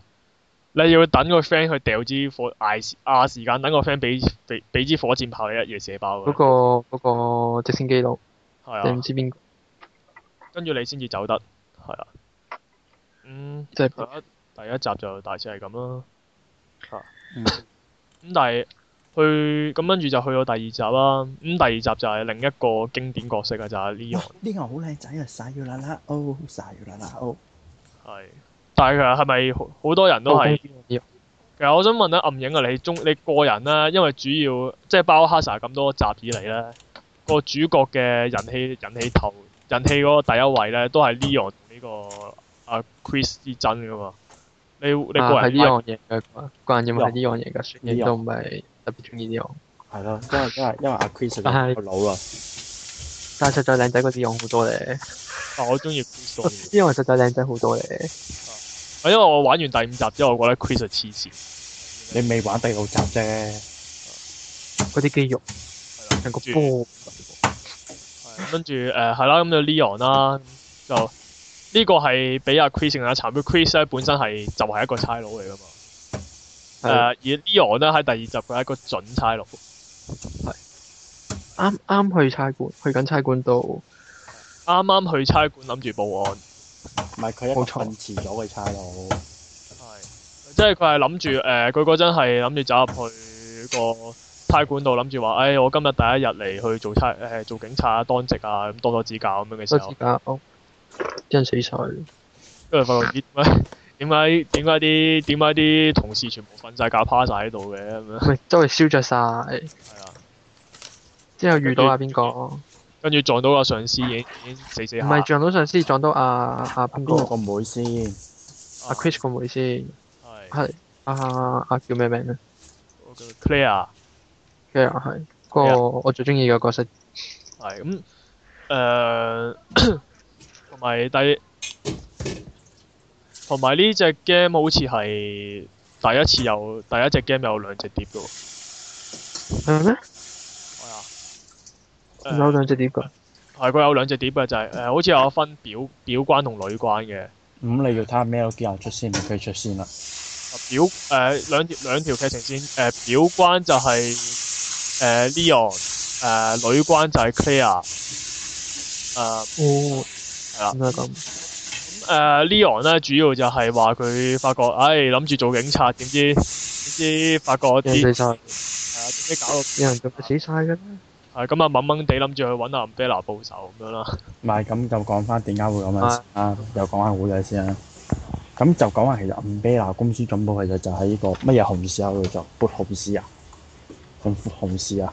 你要等個 friend 去掉支火挨時啊時間，等個 friend 俾俾俾支火箭炮你一夜射爆㗎。嗰、個嗰、個直升機佬，係你啊唔，知邊個跟住你先至走得，係啊。嗯，即係啊啊第一第一集就大致係咁啦。嗯咁但係去咁跟住就去到第二集啦。咁第二集就係另一個經典角色啊，就係 Leon 呢個好靚仔啊！晒要啦啦哦，晒要啦啦哦，係。但係佢係咪好好多人都係？啊其實我想問咧，暗影啊，你中你個人咧，因為主要即係包哈薩咁多集以嚟咧，個主角嘅人氣人氣頭人氣嗰個第一位咧，都係 Leon 呢、個啊 Chris 之爭噶嘛。你你個啊，係人呢樣嘢嘅關關鍵係呢呢樣嘢嘅，雖然都唔係特別中意呢樣，係咯，因為因為因為阿 Chris 但係個佬啊，但係實在靚仔過呢樣好多咧，呢啊我中意 Chris 多啲樣實在靚仔好多咧。啊因為我玩完第五集之後，我覺得 Chris 係黐線，你未玩第六集啫，嗰啲肌肉係啦，成個住波。係啊跟住誒係啦，咁就 Leon 啦，就呢個係比阿 Chris 更加慘。佢 Chris 咧本身係就係、一個差佬嚟噶嘛。誒、係而 Leon 咧喺第二集佢係一個準差佬。啱啱去差館，去緊差館度，啱啱去差館諗住報案，唔係佢一個冇錯混遲咗嘅差佬，即係佢係諗住誒，呃佢嗰陣係諗住走入去個差館度，諗住話，哎誒我今日第一日嚟去做差誒、呃做警察啊、當值啊，咁多多指教咁樣嘅時都知候，㗎，哦真死水。跟住發覺咦 *laughs* 點解點解啲點解啲同事全部瞓晒覺趴晒喺度嘅咁樣，咪周圍燒着晒，係啊，之後遇到啊阿邊個？唔跟住撞到個上司已經已經死死下，啊係撞到上司，撞到阿阿邊邊個個？個妹先？阿 Chris 個妹先，係係阿阿叫咩名咧？嗰個 Claire。啊跟住係個我最中意嘅角色，係咁誒，同埋第同埋呢只 game 好似係第一次有第一隻 game 有兩隻碟嘅喎，係咩？係啊，有誒兩隻碟㗎，係佢有兩隻碟嘅就係、誒、好似有分表表關同女關嘅，咁你要睇下咩叫人出先，定佢出先啦。啊表誒、兩條兩條劇情線誒、表關就係、誒、Leon 誒、女關就係 Claire 誒、哦，係啦咁樣咁，誒、Leon 咧，主要就係話佢發覺，唉諗住做警察，點知點知發覺人啲死晒，係啊，點知搞到有人就死晒㗎啦。係咁啊，掹掹地諗住去揾阿 Bella 報仇咁樣啦。唔係咁就講翻點解會咁樣先啦，又講下古仔先啦。咁就講話其實 Umbrella 公司總部其實就喺呢個乜嘢紅市啊，叫做撥紅市啊，定撥紅市啊，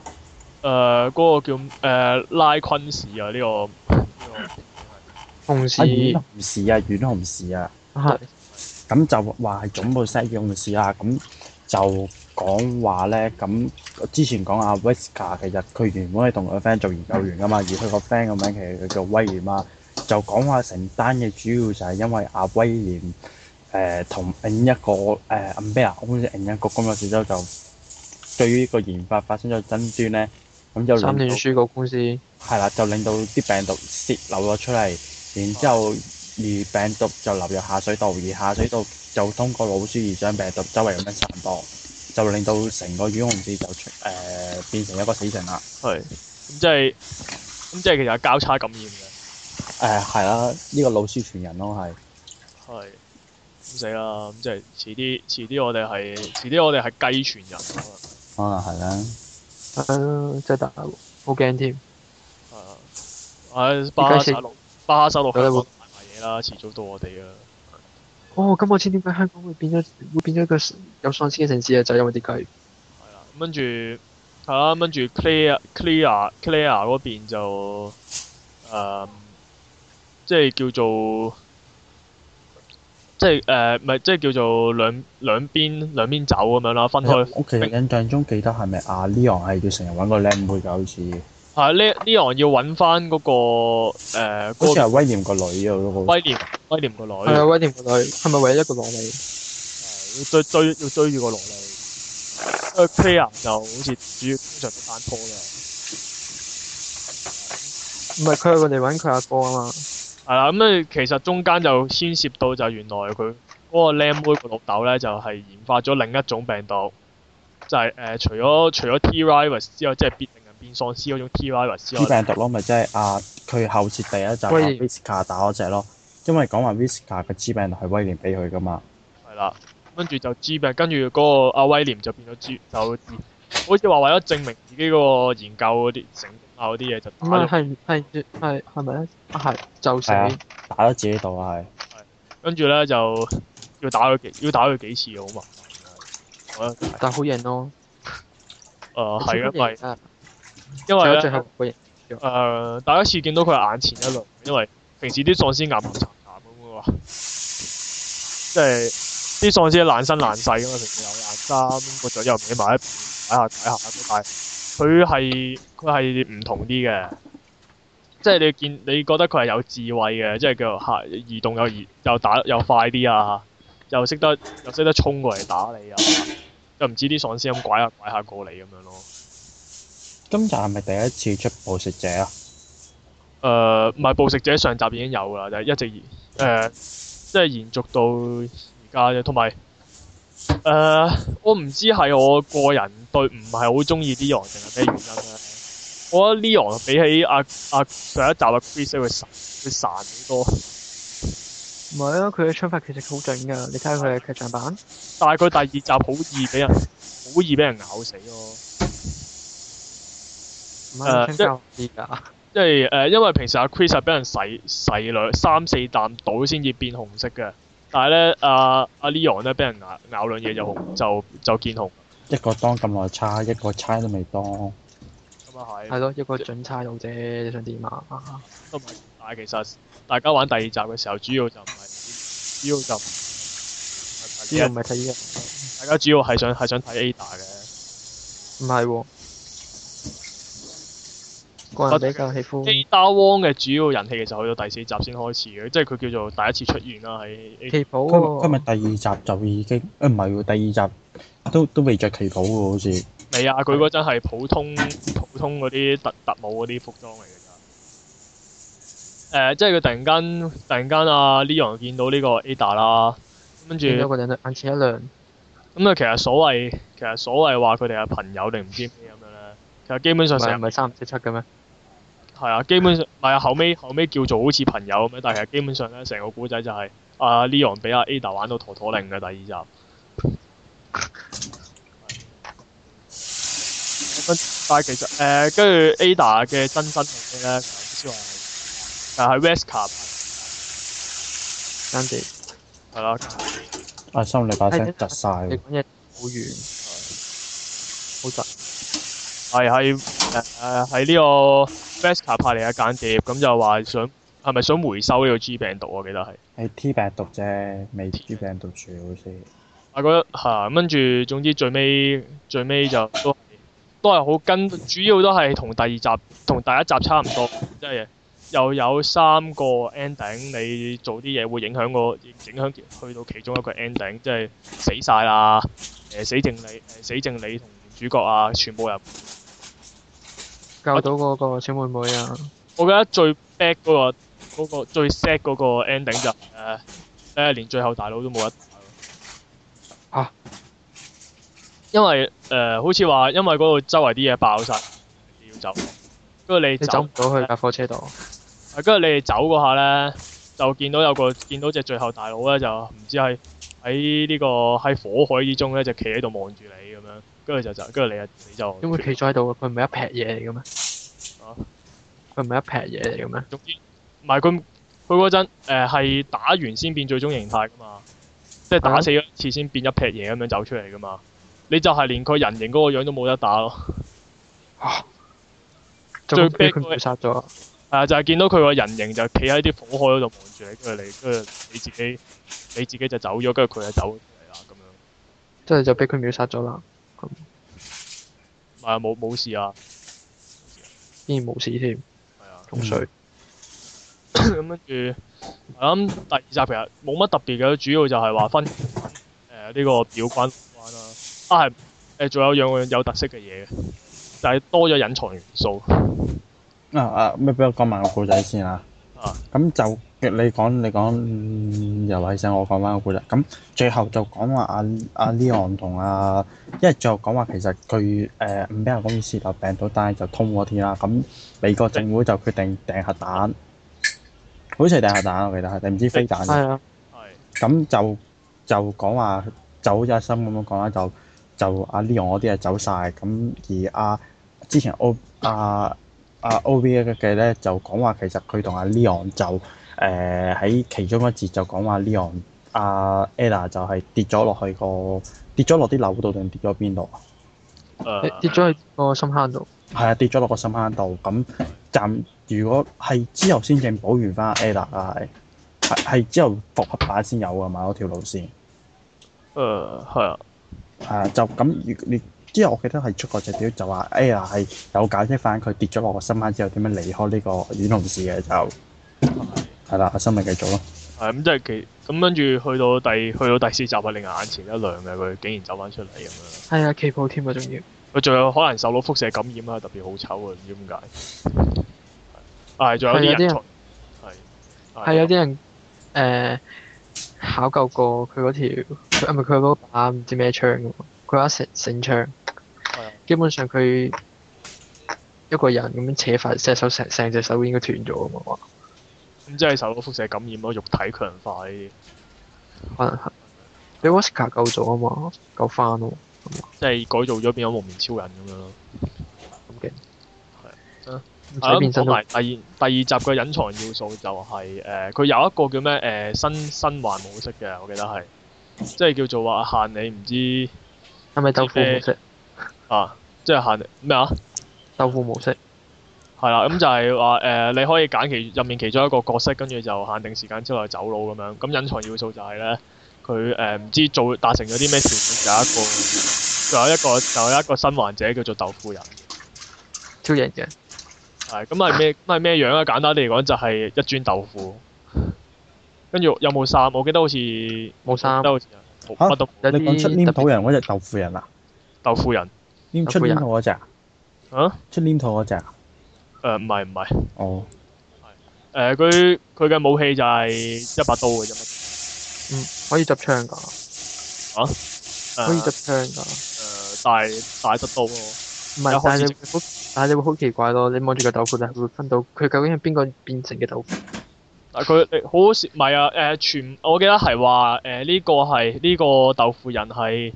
誒、嗰、個叫誒、拉昆士啊，呢、個呢同啊時遠紅市啊，遠紅市啊。係咁就話係總部 set 用嘅事啦。咁就講話咧，咁之前講阿 Wesker 其實佢原本係同佢 friend 做研究員噶嘛，而佢個 friend 個名其實佢叫威廉啊。就講話成單嘅主要就係因為阿威廉誒同另一個誒 Umbrella 公司另一個工作小組就對於個研發發生咗爭端咧，咁就三令段到書個公司係啦，就令到啲病毒泄漏咗出嚟，然之後而病毒就流入下水道，而下水道就通過老鼠而將病毒周圍咁樣散播，就令到成個魚紅市就出誒、呃、變成一個死城啦。個係咁即係咁即係其實係交叉感染嘅，誒係啦，呢、個老鼠傳人咯係。係咁死啦！咁即係遲啲遲啲我哋係遲啲我哋係雞傳人啊嘛。可能係啦，係啊，真係大鑊好驚添。係啊，唉巴哈雞翅薩六巴哈薩六有得香港換買埋嘢啦，遲早到我哋啊。哦，咁我知點解香港會變咗會變咗一個有喪屍嘅城市啊，就係因為啲雞。係啦，咁跟住係啦，咁跟住 Clear Clear Clear 嗰邊就誒、即係叫做即係誒，唔係即係叫做兩兩邊兩邊走咁樣啦，分開。啊我其實印象中記得係咪阿 Leon 係要成日揾個靚妹㗎？好似係啊呢呢行要揾翻嗰個誒、好嗰似個係威廉個女啊嗰個。威廉威廉個女，係啊，威廉個女係咪唯一一個攞你？要追追要追住個羅莉。因為 Clear 就好似主要通常都單拖嘅。唔係佢係嚟揾佢阿哥啊嘛，係啦，咁咧其實中間就牽涉到就原來佢嗰個靚妹個老豆咧，就係、研發咗另一種病毒，就係、誒、除咗除咗 T virus 之外，即係變令人變喪屍嗰種 T virus 之啲外，病毒咯，咪即係啊，佢後設第一集威阿廉 Visca 打嗰只咯，因為講話 Visca 嘅支病毒係威廉俾佢噶嘛，係啦，跟住就 G 病，跟住嗰個阿威廉就變咗 G 就自好似話為咗證明自己嗰個研究嗰啲成啊嗰啲嘢就打唔係咗，係係係係咪咧？啊係就死係啊打咗自己度啊，係。跟住咧就要打佢幾要打佢幾次啊好嘛？我覺但好型咯，得誒啊哦係因為啊，因仲為有咧最後個型，誒、第一呃次見到佢係眼前一亮，因為平時啲喪屍牙盲殘殘咁嘅嘛，即係啲喪屍爛身爛世咁嘛，平時有爛衫，個嘴又歪埋一邊，擺下擺下咁，但係佢係佢係唔同啲嘅，即係你見你覺得佢係有智慧嘅，即係叫做嚇移動又移又打又快啲啊，又識得又識得衝過嚟打你啊，又唔知啲喪屍咁拐下拐下過嚟咁樣咯。今集係咪第一次出暴食者啊？誒呃唔係暴食者上集已經有啦，就係一直延誒、即係延續到而家啫。同埋誒，我唔知係我個人對唔係好中意 Leon 定係咩原因咧。我覺得 Leon 比起阿、阿、上一集嘅 Chris 佢散佢散好多，唔係啊，佢嘅槍法其實好準㗎，你睇下佢嘅劇場版，但係佢第二集好易俾人好易俾人咬死咯。唔誒係槍即交啲㗎，即係誒、呃因為平時阿 Chris 係俾人洗洗兩三四啖到先至變紅色嘅，但係咧阿阿 Leon 咧俾人咬咬兩嘢就紅就就見紅一個當咁耐差，一個差都未當。咁啊係。係咯，一個準差佬啫，你想點啊？都唔係，但係其實大家玩第二集嘅時候，主要就唔係，主要就唔呢個係唔係睇呢大家主要係想係想睇 Ada 嘅。個，唔係喎。個人比較喜歡 Ada Wong 嘅主要人氣其實去到第四集先開始嘅，即係佢叫做第一次出現啦喺 A。旗袍佢佢咪喎，第二集就已經呃誒唔係喎，第二集都都未着旗袍喎，好似。未啊，佢嗰陣係普 *laughs* 通普通嗰啲特特務嗰啲服裝嚟嘅咋。誒、即係佢突然間突然間啊 Leon 見到呢個 Ada 啦，跟住。見到個人眼前一亮，咁啊，其實所謂其實所謂話佢哋係朋友定唔知咩咁樣咧，其實基本唔上成係唔日係三唔識七嘅咩？係啊，基本上唔係啊，後尾後尾叫做好似朋友咁樣，但係其實基本上咧，成個古仔就係、阿、Leon 俾阿 Ada 玩到陀陀令嘅第二集。但係其實誒，跟、住 Ada 嘅真身係咩咧？先話係就係 Vesca 單地係啦，阿心你把聲窒晒你喎，講嘢好遠，好窒，係係誒誒係呢個 Vesca 派嚟嘅間諜，咁就話想係咪想回收呢個 G 病毒啊？我記得係。係 T 病毒啫，未 T 病毒住好似。我覺得嚇，啊跟住總之最尾最尾就都係都係好跟，主要都係同第二集同第一集差唔多，即係又有三個 ending，你做啲嘢會影響個影響去到其中一個 ending，即係死晒啦，誒、死剩你誒、死剩你同主角啊，全部人。救到嗰個小妹妹啊！我覺得最 bad 嗰、個嗰、個最 sad 嗰個 ending 就誒、誒連最後大佬都冇得打咯。嚇因為誒、好似話因為嗰度周圍啲嘢爆晒，你要走，跟住你你走走唔，到去架火車度，跟住你哋走嗰下咧，就見到有個見到只最後大佬咧，就唔知係喺呢個喺火海之中咧，就企喺度望住你咁樣，跟住就就跟住你就你就因為企咗喺度，啊佢唔係一劈嘢嚟嘅咩？啊佢唔係一劈嘢嚟嘅咩？總之，唔係佢佢嗰陣誒係打完先變最終形態噶嘛，即係係打啊死咗一次先變一劈嘢咁樣走出嚟噶嘛。你就係連佢人形嗰個樣都冇得打咯，最最俾 bad 佢秒殺係咗，啊，就係見到佢個人形就企喺啲火海嗰度望住你，跟住你跟住你自己你自己就走咗，跟住佢就走咗出嚟啦咁樣。即係就俾佢秒殺咗嗯啦，唔係冇冇事啊，竟然冇事添，係啊。仲嗯水。咁跟住，我諗第二集其實冇乜特別嘅，主要就係話分誒呢、個表關關啦。啊係誒，仲有樣有特色嘅嘢嘅，就係、多咗隱藏元素。啊啊！咩俾我講埋個故仔先啊！啊咁就你講你講，嗯又係想我講翻個故仔。咁最後就講話阿阿 Leon 同阿，因為最後講話其實佢誒唔俾人公司泄漏病毒，但係就通過天啦。咁美國政府就決定掟核彈，好似係掟核彈啊我記得係定唔知飛彈嘅。係啊，係咁就就講話就好似阿森咁樣講啦，就就阿 Leon 嗰啲係走晒，咁而阿、之前 O 阿阿 OVA 嘅嘅咧就講話其實佢同阿 Leon 就誒喺、其中一節就講話 Leon 阿、Ella 就係跌咗落去個跌咗落啲樓度定跌咗邊度啊？誒啊跌咗去個深坑度。係啊，跌咗落個深坑度。咁暫如果係之後先正補完翻 Ada 係啊係係之後復合版先有噶嘛嗰條路線。誒係啊，係啊，就咁如你之後我記得係出過隻表就話 Ada 係有解釋翻佢跌咗落個深坑之後點樣離開呢個遠紅市嘅就係啦，阿生咪繼續咯。係啊咁即係其咁跟住去到第去到第四集啊，令人眼前一亮嘅佢竟然走翻出嚟咁樣，係啊，旗袍添啊，仲要。佢仲有可能受到輻射感染啦，特別好醜啊，唔知點解。啊係，仲有係有啲啲人人才係啊係有啊啲人誒、呃考究過佢嗰條，啊唔係佢嗰把唔知咩槍嘅喎，佢把繩繩槍啊。基本上佢一個人咁樣扯塊隻手成成隻手應該斷咗啊嘛，咁即係受到輻射感染咯，肉體強化呢啲，可能係俾 w a s k a 救咗啊嘛，救翻喎。即係改造咗變咗蒙面超人咁樣咯。咁勁。係啊唔使變同身都埋第二第二集嘅隱藏要素就係、誒，佢、有一個叫咩誒、呃新新環模式嘅，我記得係，即係叫做話限你唔知係咪豆腐模式？啊，即係限你咩啊？豆腐模式係啦，咁就係話誒，你可以揀其入面其中一個角色，跟住就限定時間之內走佬咁樣。咁隱藏要素就係咧，佢誒唔知做達成咗啲咩條件，有一個，就有一個就有一個新患者叫做豆腐人。超型嘅，係咁係咩？咁係咩樣啊？簡單啲嚟講，就係一磚豆腐。跟住有冇衫？我記得好似冇衫記得好似冇嚇乜都冇有你講出啲黏特別土人嗰只豆腐人啊？豆腐人。黏出豆腐黏人土嗰只啊？啊？出黏土嗰只啊？誒唔係唔係。哦，誒佢佢嘅武器就係一把刀嘅啫。嗯可以執槍㗎，誒可以執槍㗎。誒呃大大得刀咯。唔有係，開但係始你會好，但係你會好奇怪咯。你望住個豆腐，你係會分到佢究竟係邊個變成嘅豆腐？但佢誒好好笑，唔係啊！誒、全我記得係話誒呢個係呢、個豆腐人係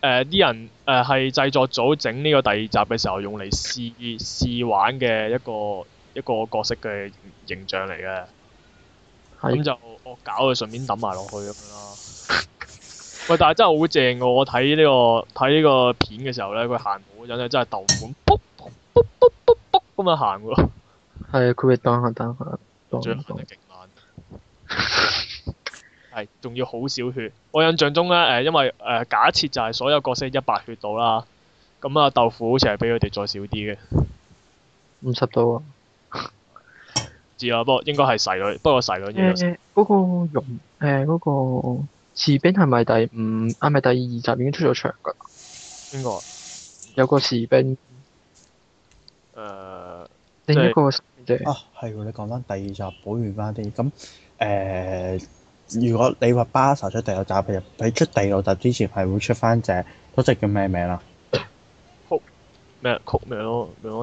誒啲人誒係、製作組整呢個第二集嘅時候用嚟試試玩嘅一個一個角色嘅形象嚟嘅，咁係就惡搞佢順便抌埋落去咁樣啦。喂，但係真係好正喎！我睇呢、個睇呢個片嘅時候咧，佢行路嗰陣咧真係豆腐咁卜卜卜卜卜卜咁樣行喎，係，啊佢會當下當下當最下後當係勁爛，係仲要好少血。我印象中咧，誒、因為誒、假設就係所有角色一百血到啦，咁啊豆腐好似係比佢哋再少啲嘅，唔五十度啊！知啦。不過應該係細女，不過細女嗯嘢就誒嗰個容誒嗰個士兵係咪第五啊？咪第二集已經出咗場㗎？嗯邊個？誒、有個士兵，另一個即啊，係喎！你講翻第二集補完翻啲，咁誒、呃如果你話巴薩出第六集，其實喺出第六集之前係會出翻隻嗰隻叫咩名啊啦？咩曲咩咯？咩咯？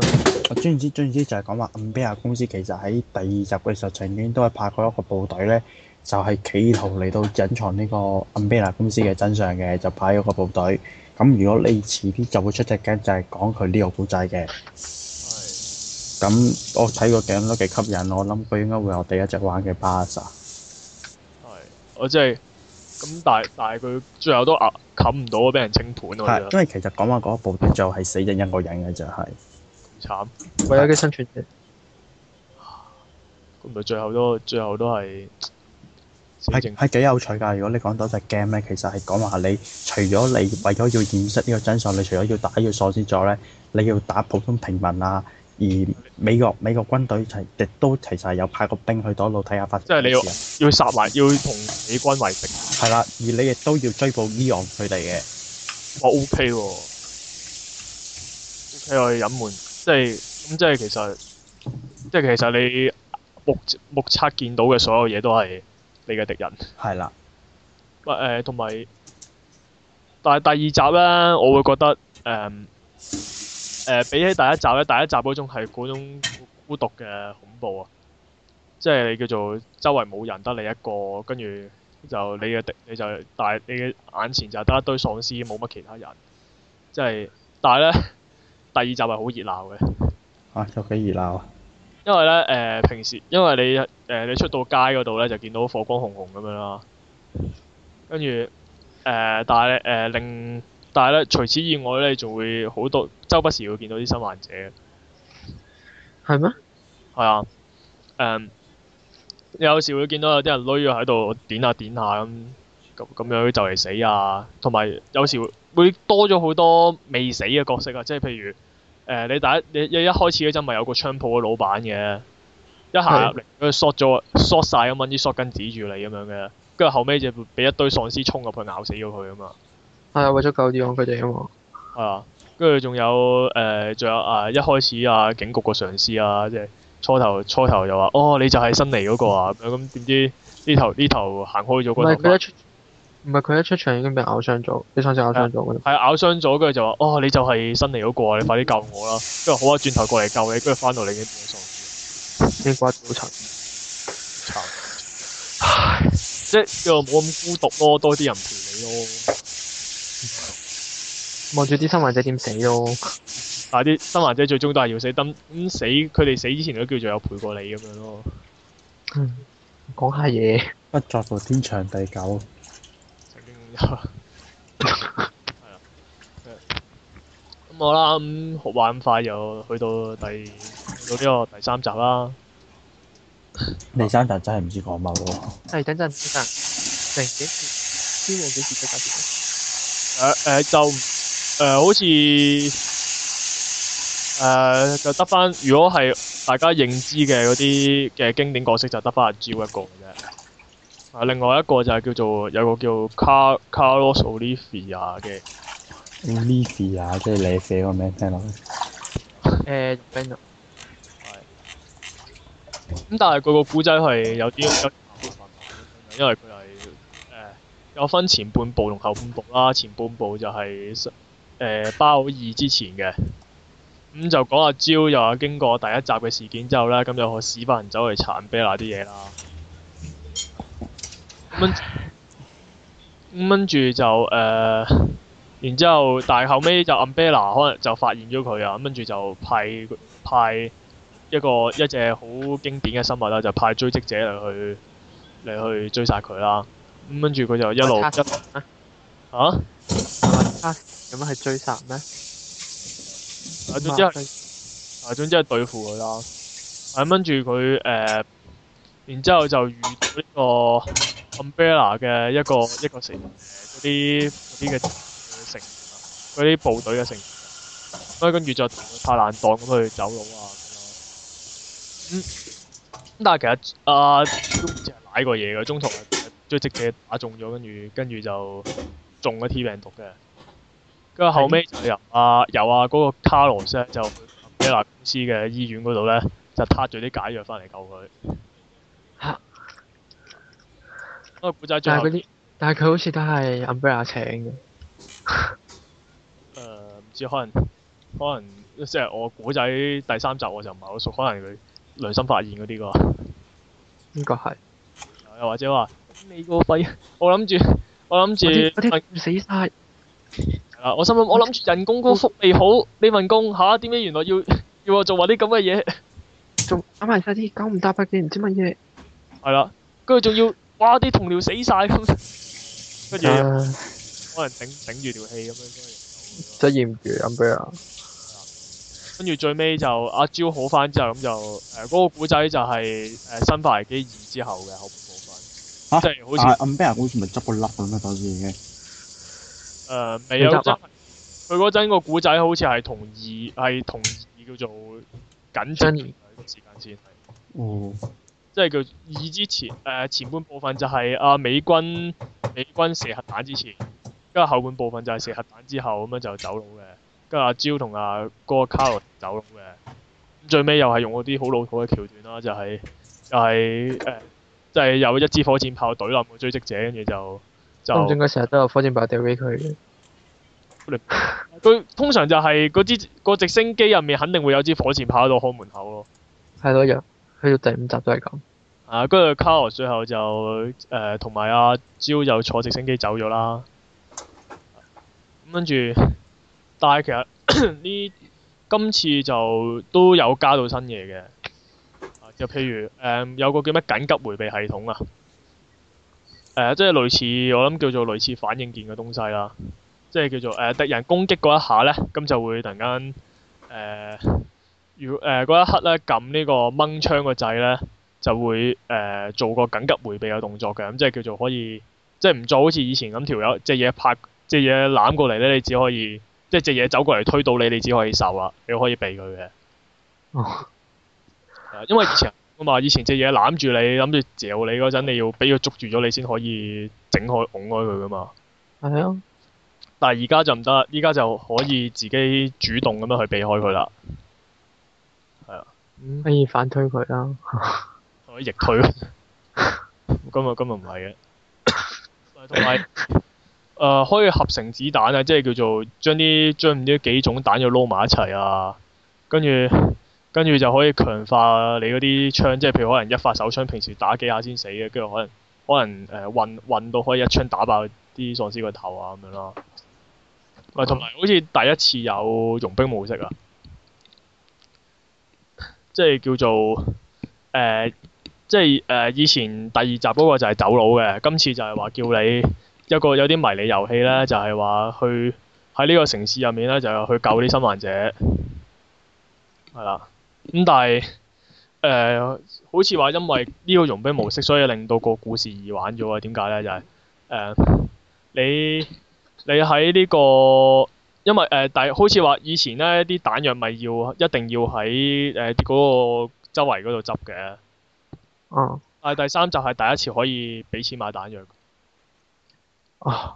我總言之，總言之就係講話暗比亞公司其實喺第二集嘅時候曾經都係派過一個部隊咧，就係、企圖嚟到隱藏呢個暗比亞公司嘅真相嘅，就派咗個部隊。咁如果你遲啲就會出隻 game 就係講佢呢個古仔嘅。係咁我睇個 game 都幾吸引，我諗佢應該會有第一隻玩嘅巴薩。係，我即係咁，但係但係佢最後都啊冚唔到，俾人清盤啊喎，係，真係因為其實講話嗰一部隊就係死人一個人嘅就係、好慘。係唯有嘅生存者，咁咪最後都最後都係死係剩係幾有趣㗎。如果你講到隻 game 咧，其實係講話你除咗你為咗要掩飾呢個真相，你除咗要打要鎖先之外咧，你要打普通平民啊。而美國美國軍隊其亦都其實係有派個兵去嗰度睇下發生即係你咩事啊要殺埋，要同美軍為敵，係啦，而你亦都要追捕 Leon 佢哋嘅。我 OK 喎，OK 我哋隱瞞，即係咁，即係其實，即係其實你目目測見到嘅所有嘢都係你嘅敵人。係啦，喂誒，呃同埋、但係第二集咧，我會覺得誒誒、嗯呃比起第一集咧，第一集嗰種係嗰種孤獨嘅恐怖啊，即係你叫做周圍冇人，得你一個，跟住就你嘅敵，你就但係你嘅眼前就係得一堆喪屍，冇乜其他人。即係，但係咧 *laughs* 第二集係好熱鬧嘅，啊，有幾熱鬧啊！因為咧誒、呃平時因為你誒、呃你出到街嗰度咧就見到火光紅紅咁樣啦，跟住誒但係咧誒另但係咧除此以外咧你仲會好多周不時會見到啲新患者嘅。係咩？係啊，誒、有時會見到有啲人攣咗喺度點下點下咁，咁咁樣就嚟死啊！同埋有時會會多咗好多未死嘅角色啊，即係譬如誒、你第一你一一開始嗰陣咪有個槍鋪嘅老闆嘅，一下入嚟佢 short 咗 short 曬咁揾啲 shot 跟指住你咁樣嘅，跟住後尾就俾一堆喪屍衝入去咬死咗佢啊嘛，係啊，為咗救啲佢哋啊嘛。係啊，跟住仲有誒，仲、有啊一開始啊警局個上司啊，即係。初頭初頭就話哦，你就係新嚟嗰個啊，咁樣咁點知呢頭呢頭行開咗唔係嗰頭啊佢一出，唔係佢一出場已經俾人咬傷咗，你上次咬傷咗嗰度。係咬傷咗，跟住就話哦，你就係新嚟嗰個啊，你快啲救我啦！跟住好啊，轉頭過嚟救你，跟住翻到嚟已經變咗喪屍，已經瓜咗層。慘！即係又冇咁孤獨咯，多啲人陪你咯。望住啲生還者點死咯。 *laughs* 但係啲生還者最終都係要死，咁咁死佢哋死之前都叫做有陪過你咁樣咯。講下嘢，不在乎天長地久，曾經有。係啊。咁好啦，咁好話咁快又去到第去到呢個第三集啦。第三集真係唔知講乜喎。係等陣先啊！突然幾時？呢個幾時得㗎？誒誒、呃就誒、呃好似誒、呃就得翻，如果係大家認知嘅嗰啲嘅經典角色，就得翻阿蕉一個嘅啫。啊，另外一個就係叫做有個叫 Car Carlos Olivia 嘅， Olivia 啊即係你寫個名聽落去，誒 b e n 咁但係佢個古仔係有啲有啲因為佢係誒有分前半部同後半部啦。前半部就係、誒、呃包二之前嘅，咁、就講阿蕉又話經過第一集嘅事件之後咧，咁就個屎忽人走嚟殘啤那啲嘢啦。咁跟咁跟住就誒、然之後，但係後尾就 Umbrella 可能就發現咗佢啊，咁跟住就派派。一個一隻好經典嘅生物啦，就派追跡者嚟去嚟去追殺佢啦。咁跟住佢就一路一啊，啊，咁樣係追殺咩？啊總之係啊總之係對付佢啦。咁跟住佢誒，然之後就遇到呢個 umbrella 嘅一個一個成嗰啲嗰啲嘅成嗰啲部隊嘅成員啊，咁跟住就同佢拍爛檔咁去走佬啊咁樣。咁咁但係其實啊阿都好似係舐過嘢嘅，中途係追直嘅打中咗，跟住跟住就中咗 T 病毒嘅。跟住後尾就由啊由啊嗰個卡羅斯咧就去 umbrella 公司嘅醫院嗰度咧就撻咗啲解藥翻嚟救佢。嚇嗰個古仔啊最但後係嗰啲，但係佢好似都係 umbrella 請嘅。呃誒唔、知可能可能即係我古仔第三集我就唔係好熟，可能佢良心發現嗰啲啩，呢個係，又或者話你個肺，我諗住我諗我啲住我啲唔死晒，係啦我心諗我諗住人工高福利好呢份工吓，點、解原來要 *laughs* 要我做埋啲咁嘅嘢仲啱埋晒啲九唔搭八嘅唔知乜嘢。係啦，跟住仲要哇啲同僚死晒咁，跟住啊可能頂頂住條氣咁樣，真係厭住 umbrella。跟住最尾就阿蕉好翻之後咁就誒嗰、個古仔就係、呃誒《生化危機二》之後嘅後半部分，啊即係好似但。係 Umbrella 好似咪執個粒咁樣嗰時已經。誒、呃未有你得真啦係，佢嗰陣個古仔好似係同二係同二叫做緊相張連時間線，係哦，即係叫二之前誒、呃前半部分就係阿、美軍美軍射核彈之前，跟住後半部分就係射核彈之後咁樣就走佬嘅，跟住阿蕉同阿嗰個卡羅走佬嘅，咁最尾又係用嗰啲好老土嘅橋段啦，就係、就係、誒、就係、有一支火箭炮懟冧個追擊者，跟住就就。我唔知點解成日都有火箭炮掉俾佢嘅。佢通常就係嗰支個直升機入面肯定會有支火箭炮喺度看門口咯。係咯，又去到第五集都係咁。啊，跟住 Carl 最後就誒同埋阿蕉就坐直升機走咗啦。咁跟住，但但係其實 *coughs* 呢今次就都有加到新嘢嘅，啊就譬如誒、嗯有個叫咩緊急迴避系統啊，誒、呃即係類似我諗叫做類似反應鍵嘅東西啦，即係叫做誒、敵人攻擊嗰一下咧，咁就會突然間誒、呃如誒嗰一刻咧撳呢個掹槍個掣咧，就會誒、做個緊急迴避嘅動作嘅，咁即係叫做可以即係唔再好似以前咁條友隻嘢拍隻嘢攬過嚟咧，你只可以。即係隻嘢走過嚟推到你，你只可以受啦，你可以避佢嘅。哦，係啊因為以前啊嘛，以前隻嘢攬住你，諗住嚼你嗰陣，你要俾佢捉住咗你先可以整開拱開佢噶嘛。係啊，但係而家就唔得，依家就可以自己主動咁樣去避開佢啦。係啊，嗯可以反推佢啦。可以逆 *laughs* 退。今日今日啊唔係嘅，同埋誒可以合成子彈啊，即係叫做將啲將唔知幾種彈藥撈埋一齊啊，跟住跟住就可以強化你嗰啲槍，即係譬如可能一發手槍，平時打幾下先死嘅，跟住可能可能誒、呃、運運到可以一槍打爆啲喪屍個頭啊咁樣啦。喂，同埋好似第一次有傭兵模式啊，即係叫做誒。呃即係誒、呃以前第二集嗰個就係走佬嘅，今次就係話叫你一個有啲迷你遊戲咧，就係、話去喺呢個城市入面咧，就係去救啲生還者，係啦。咁但係誒、呃好似話因為呢個傭兵模式，所以令到個故事易玩咗啊？點解咧？就係、誒、你你喺呢、個。因為誒、呃但係好似話以前咧啲彈藥咪要一定要喺誒嗰個周圍嗰度執嘅，哦，但係第三集係第一次可以俾錢買彈藥，哦，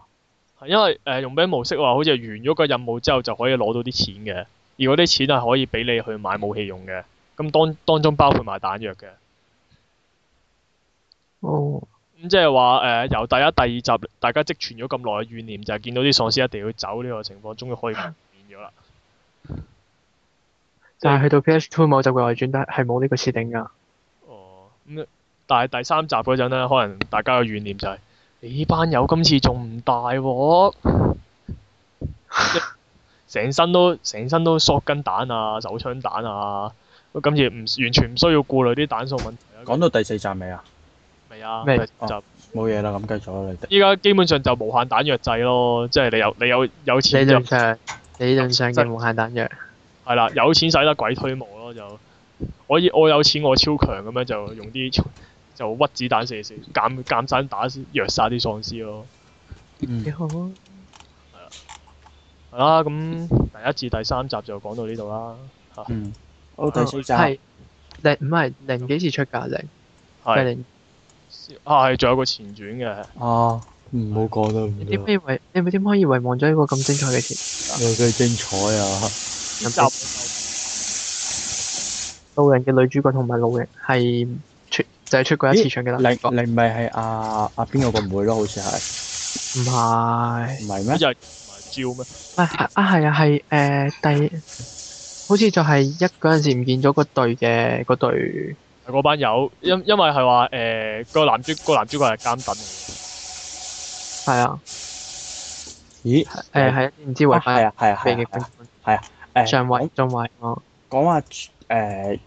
係因為誒、呃用咩模式話，好似係完咗個任務之後就可以攞到啲錢嘅，而嗰啲錢係可以俾你去買武器用嘅，咁當當中包括埋彈藥嘅。哦，咁即係話誒，由第一、第二集大家積存咗咁耐嘅怨念，就係、見到啲喪屍一定要走呢個情況，終於可以免咗啦。但係去到 PS Two 某集嘅外傳都係冇呢個設定㗎。哦，咁、但係第三集嗰陣咧，可能大家嘅怨念就係、你班友今次仲唔大鑊， *laughs* 即成身都成身都索筋彈啊、手槍彈啊，今次唔完全唔需要顧慮啲彈數問題啊。講到第四集未啊？未啊？未就冇嘢啦，咁繼續啦，你哋。依家基本上就無限彈藥制咯，即係你有你有有理錢就論上，理論上嘅無限彈藥。係啦，有錢使得鬼推磨咯就。我以我有錢我超強咁樣就用啲 *laughs* 就屈子彈射射，減減散打虐殺啲喪屍咯。幾嗯，好啊！係啦，咁第一至第三集就講到呢度啦。嗯，好，第四集。係零唔係零幾時出㗎？零係係零啊，係仲有個前傳嘅。啊，唔好講啦，唔你好點啦可以遺你咪點可以遺忘咗一個咁精彩嘅事？有幾精彩啊！呢集路人嘅女主角同埋路人係出就係出過一次場嘅哦男主角，你你咪係阿阿邊個個妹咯？好似係，唔係唔係就咩？係招咩？啊係啊係啊係誒第，好似就係一嗰陣時唔見咗嗰隊嘅嗰隊係嗰班友，因因為係話誒個男主個男主角係監躉嚟係啊咦？誒係一啲唔知違啊係法啊係啊被係嘅啊係啊！啊誒軍上位講中位哦，講話誒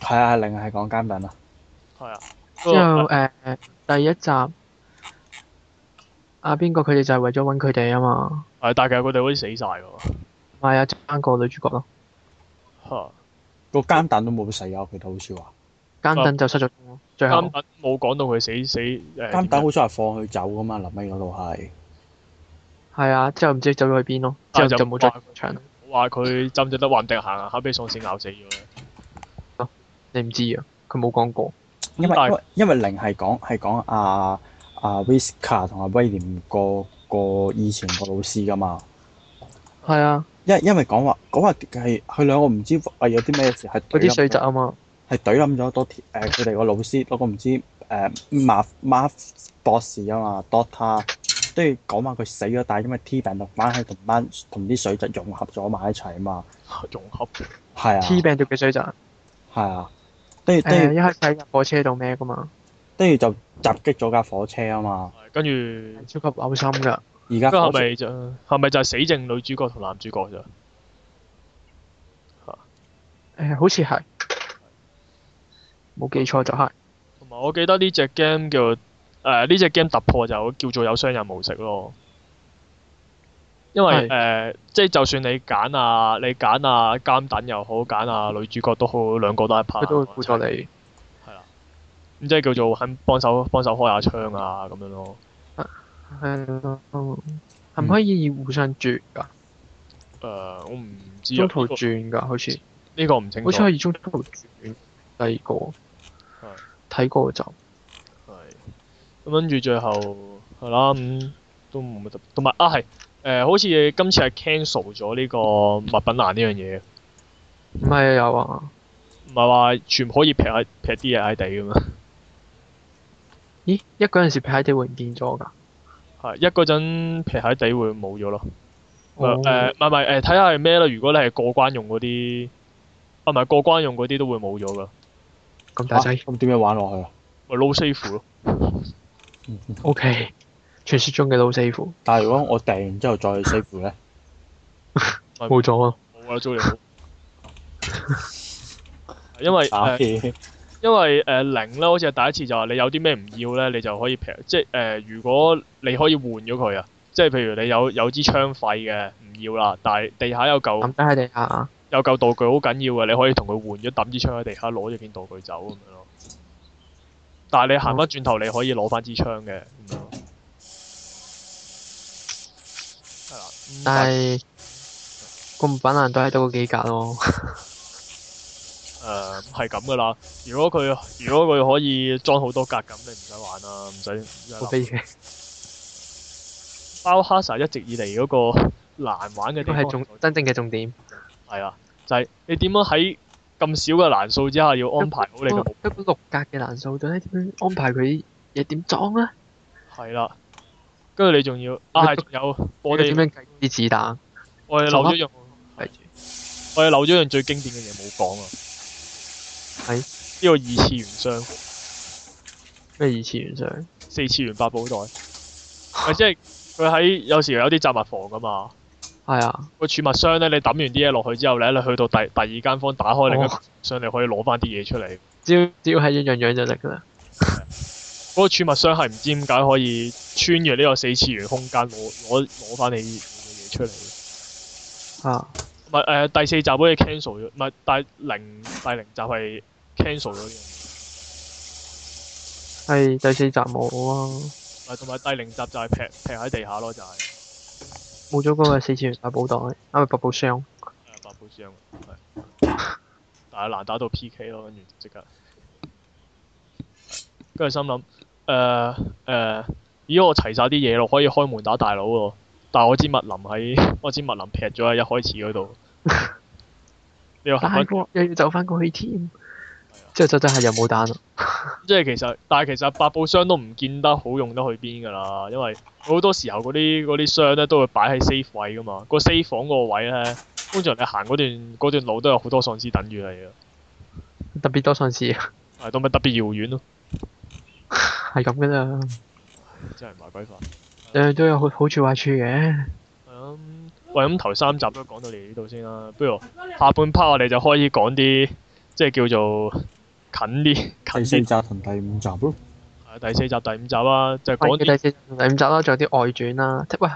係啊，另係講監躉啊。嘅，係啊。之後啊誒第一集啊邊個佢哋就係為咗揾佢哋啊嘛，係，但係其實佢哋好似死晒喎。咪啊爭個女主角咯，嚇！個監躉都冇死啊！佢哋好似話間哦等就失咗蹤咯，最後監躉冇講到佢死死誒。監躉好似話放佢走噶嘛，臨尾嗰度係係啊之後唔知走咗去邊咯，之但後就啊就冇再冇場，話佢浸唔浸得橫定行啊，後俾喪屍咬死咗 *laughs* 嘅。你唔知啊，佢冇講過。因為但係因為因為零係講係講阿阿 Visca 同阿威廉個個以前個老師噶嘛。係啊，因因為講話講話係佢兩個唔知係有啲咩事係嗰懟啲冧水咗質啊嘛，係懟冧咗多誒佢哋個老呃師嗰個唔知誒 Mark Mark 博士啊嘛，Doctor 都要講話佢死咗，但係因為 T 病毒班係同班同啲水質融合咗埋一齊啊嘛，融合係 T 啊，病毒嘅水質，係啊，跟住跟住誒一開始喺火車度咩噶嘛，跟住就襲擊咗架火車啊嘛， *laughs* 跟住超級嘔心噶，而家咁係咪就係咪就係死剩女主角同男主角咋？誒，好似係，冇記錯就係。同埋我記得呢只 game 叫誒呢只 game 突破就叫做有雙人模式咯，因為誒、係呃即係就算你揀啊你揀啊監等又好揀啊女主角都好，兩個都係拍，佢都會輔助你。咁即係叫做肯幫手幫手開下槍啊咁樣咯。係咯，係唔可以互相轉㗎？誒、我唔知啊中呢、途個轉㗎，好似呢個唔清好楚。似可以中途轉第二個。睇過就係。咁跟住最後係啦，咁、都冇乜特別。同埋啊係誒、好似今次係 cancel 咗呢個物品欄呢樣嘢，唔係有啊？唔係話全部可以劈喺劈啲嘢喺地咁嘛。咦，一嗰陣時皮喺地會唔見咗㗎？ *laughs* 係一嗰陣劈喺地會冇咗咯。誒哦誒唔係唔係誒，睇下係咩啦。如果你係過關用嗰啲，啊唔係過關用嗰啲都會冇咗噶，咁大啊劑咁點樣玩落去啊？咪 low safe 咯。 O K，傳説中嘅老死符但係如果我訂完之後再 save 咧，冇咗啊！冇啦，租嚟好。因為誒。打機因為誒、呃零咧，好似係第一次就話你有啲咩唔要咧，你就可以劈，即係誒、呃如果你可以換咗佢啊，即係譬如你有有支槍廢嘅唔要啦，但係地下有抌嚿低喺地下，啊有嚿道具好緊要嘅，你可以同佢換咗抌支槍喺地下攞咗件道具走咁樣咯。但係你行翻轉頭，你可以攞翻支槍嘅咁樣咯。係啦，咁但係個物品欄都係得嗰幾格咯。啊誒係咁噶啦。如果佢如果佢可以裝好多格咁，你唔使玩啦，唔使唔使好諗悲嘅，包哈薩一直以嚟嗰個難玩嘅地呢個方係重真正嘅重點。係啦，就係、你點樣喺咁少嘅難數之下要安排好你嘅目得個六格嘅難數，到底點樣安排佢嘢點裝啊咧？係啦，跟住你仲要啊係仲有我哋點樣計啲子彈？啊我哋漏咗一樣例住我哋漏咗一樣最經典嘅嘢冇講啊，呢個二次元箱咩二次元上？四次元八寶袋，咪即係佢喺有時有啲雜物房噶嘛。係啊，個儲物箱咧，你抌完啲嘢落去之後咧，你去到第第二間房打開另一個哦箱，你可以攞翻啲嘢出嚟。只要只要係一樣樣就得㗎啦。嗰個儲物箱係唔知點解可以穿越呢個四次元空間攞攞攞翻你嘅嘢出嚟。啊，唔係誒第四集好似 cancel 咗，唔係第零第零集係 cancel 咗呢樣係第四集冇啊，嘢，誒同埋第零集就係劈劈喺地下咯，就係、冇咗嗰個四次元大寶袋，啊啱咪八寶箱。誒白寶箱係，但係難打到 P.K. 咯，跟住即刻，跟住心諗誒誒，咦我齊晒啲嘢咯，可以開門打大佬喎，但係我知密林喺，我知密林劈咗喺一開始嗰度， *laughs* 你要行大翻，鑊又要走翻過去添，之後就真係又冇彈啦。即係其實，但係其實百寶箱都唔見得好用得去邊㗎啦，因為好多時候嗰啲嗰啲箱咧都會擺喺 safe 位㗎嘛，個 safe 房嗰個位咧，通常你行嗰段嗰段路都有好多喪屍等住你㗎，特別多喪屍啊，係都咪特別遙遠咯。係咁噶啦，真係麻鬼煩。樣樣都有好好處壞處嘅。係啊咁喂，咁頭三集都講到嚟呢度先啦，不如下半 part 我哋就可以講啲即係叫做近啲、第四近啲。集同第五集咯，係第四集、第五集啦，就係係講嘅第啲四集同第五集啦，仲有啲外傳啦。即喂，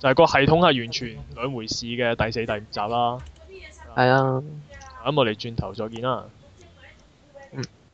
就係個系統係完全兩回事嘅第四、第五集啦。係啊，咁我哋轉頭再見啦。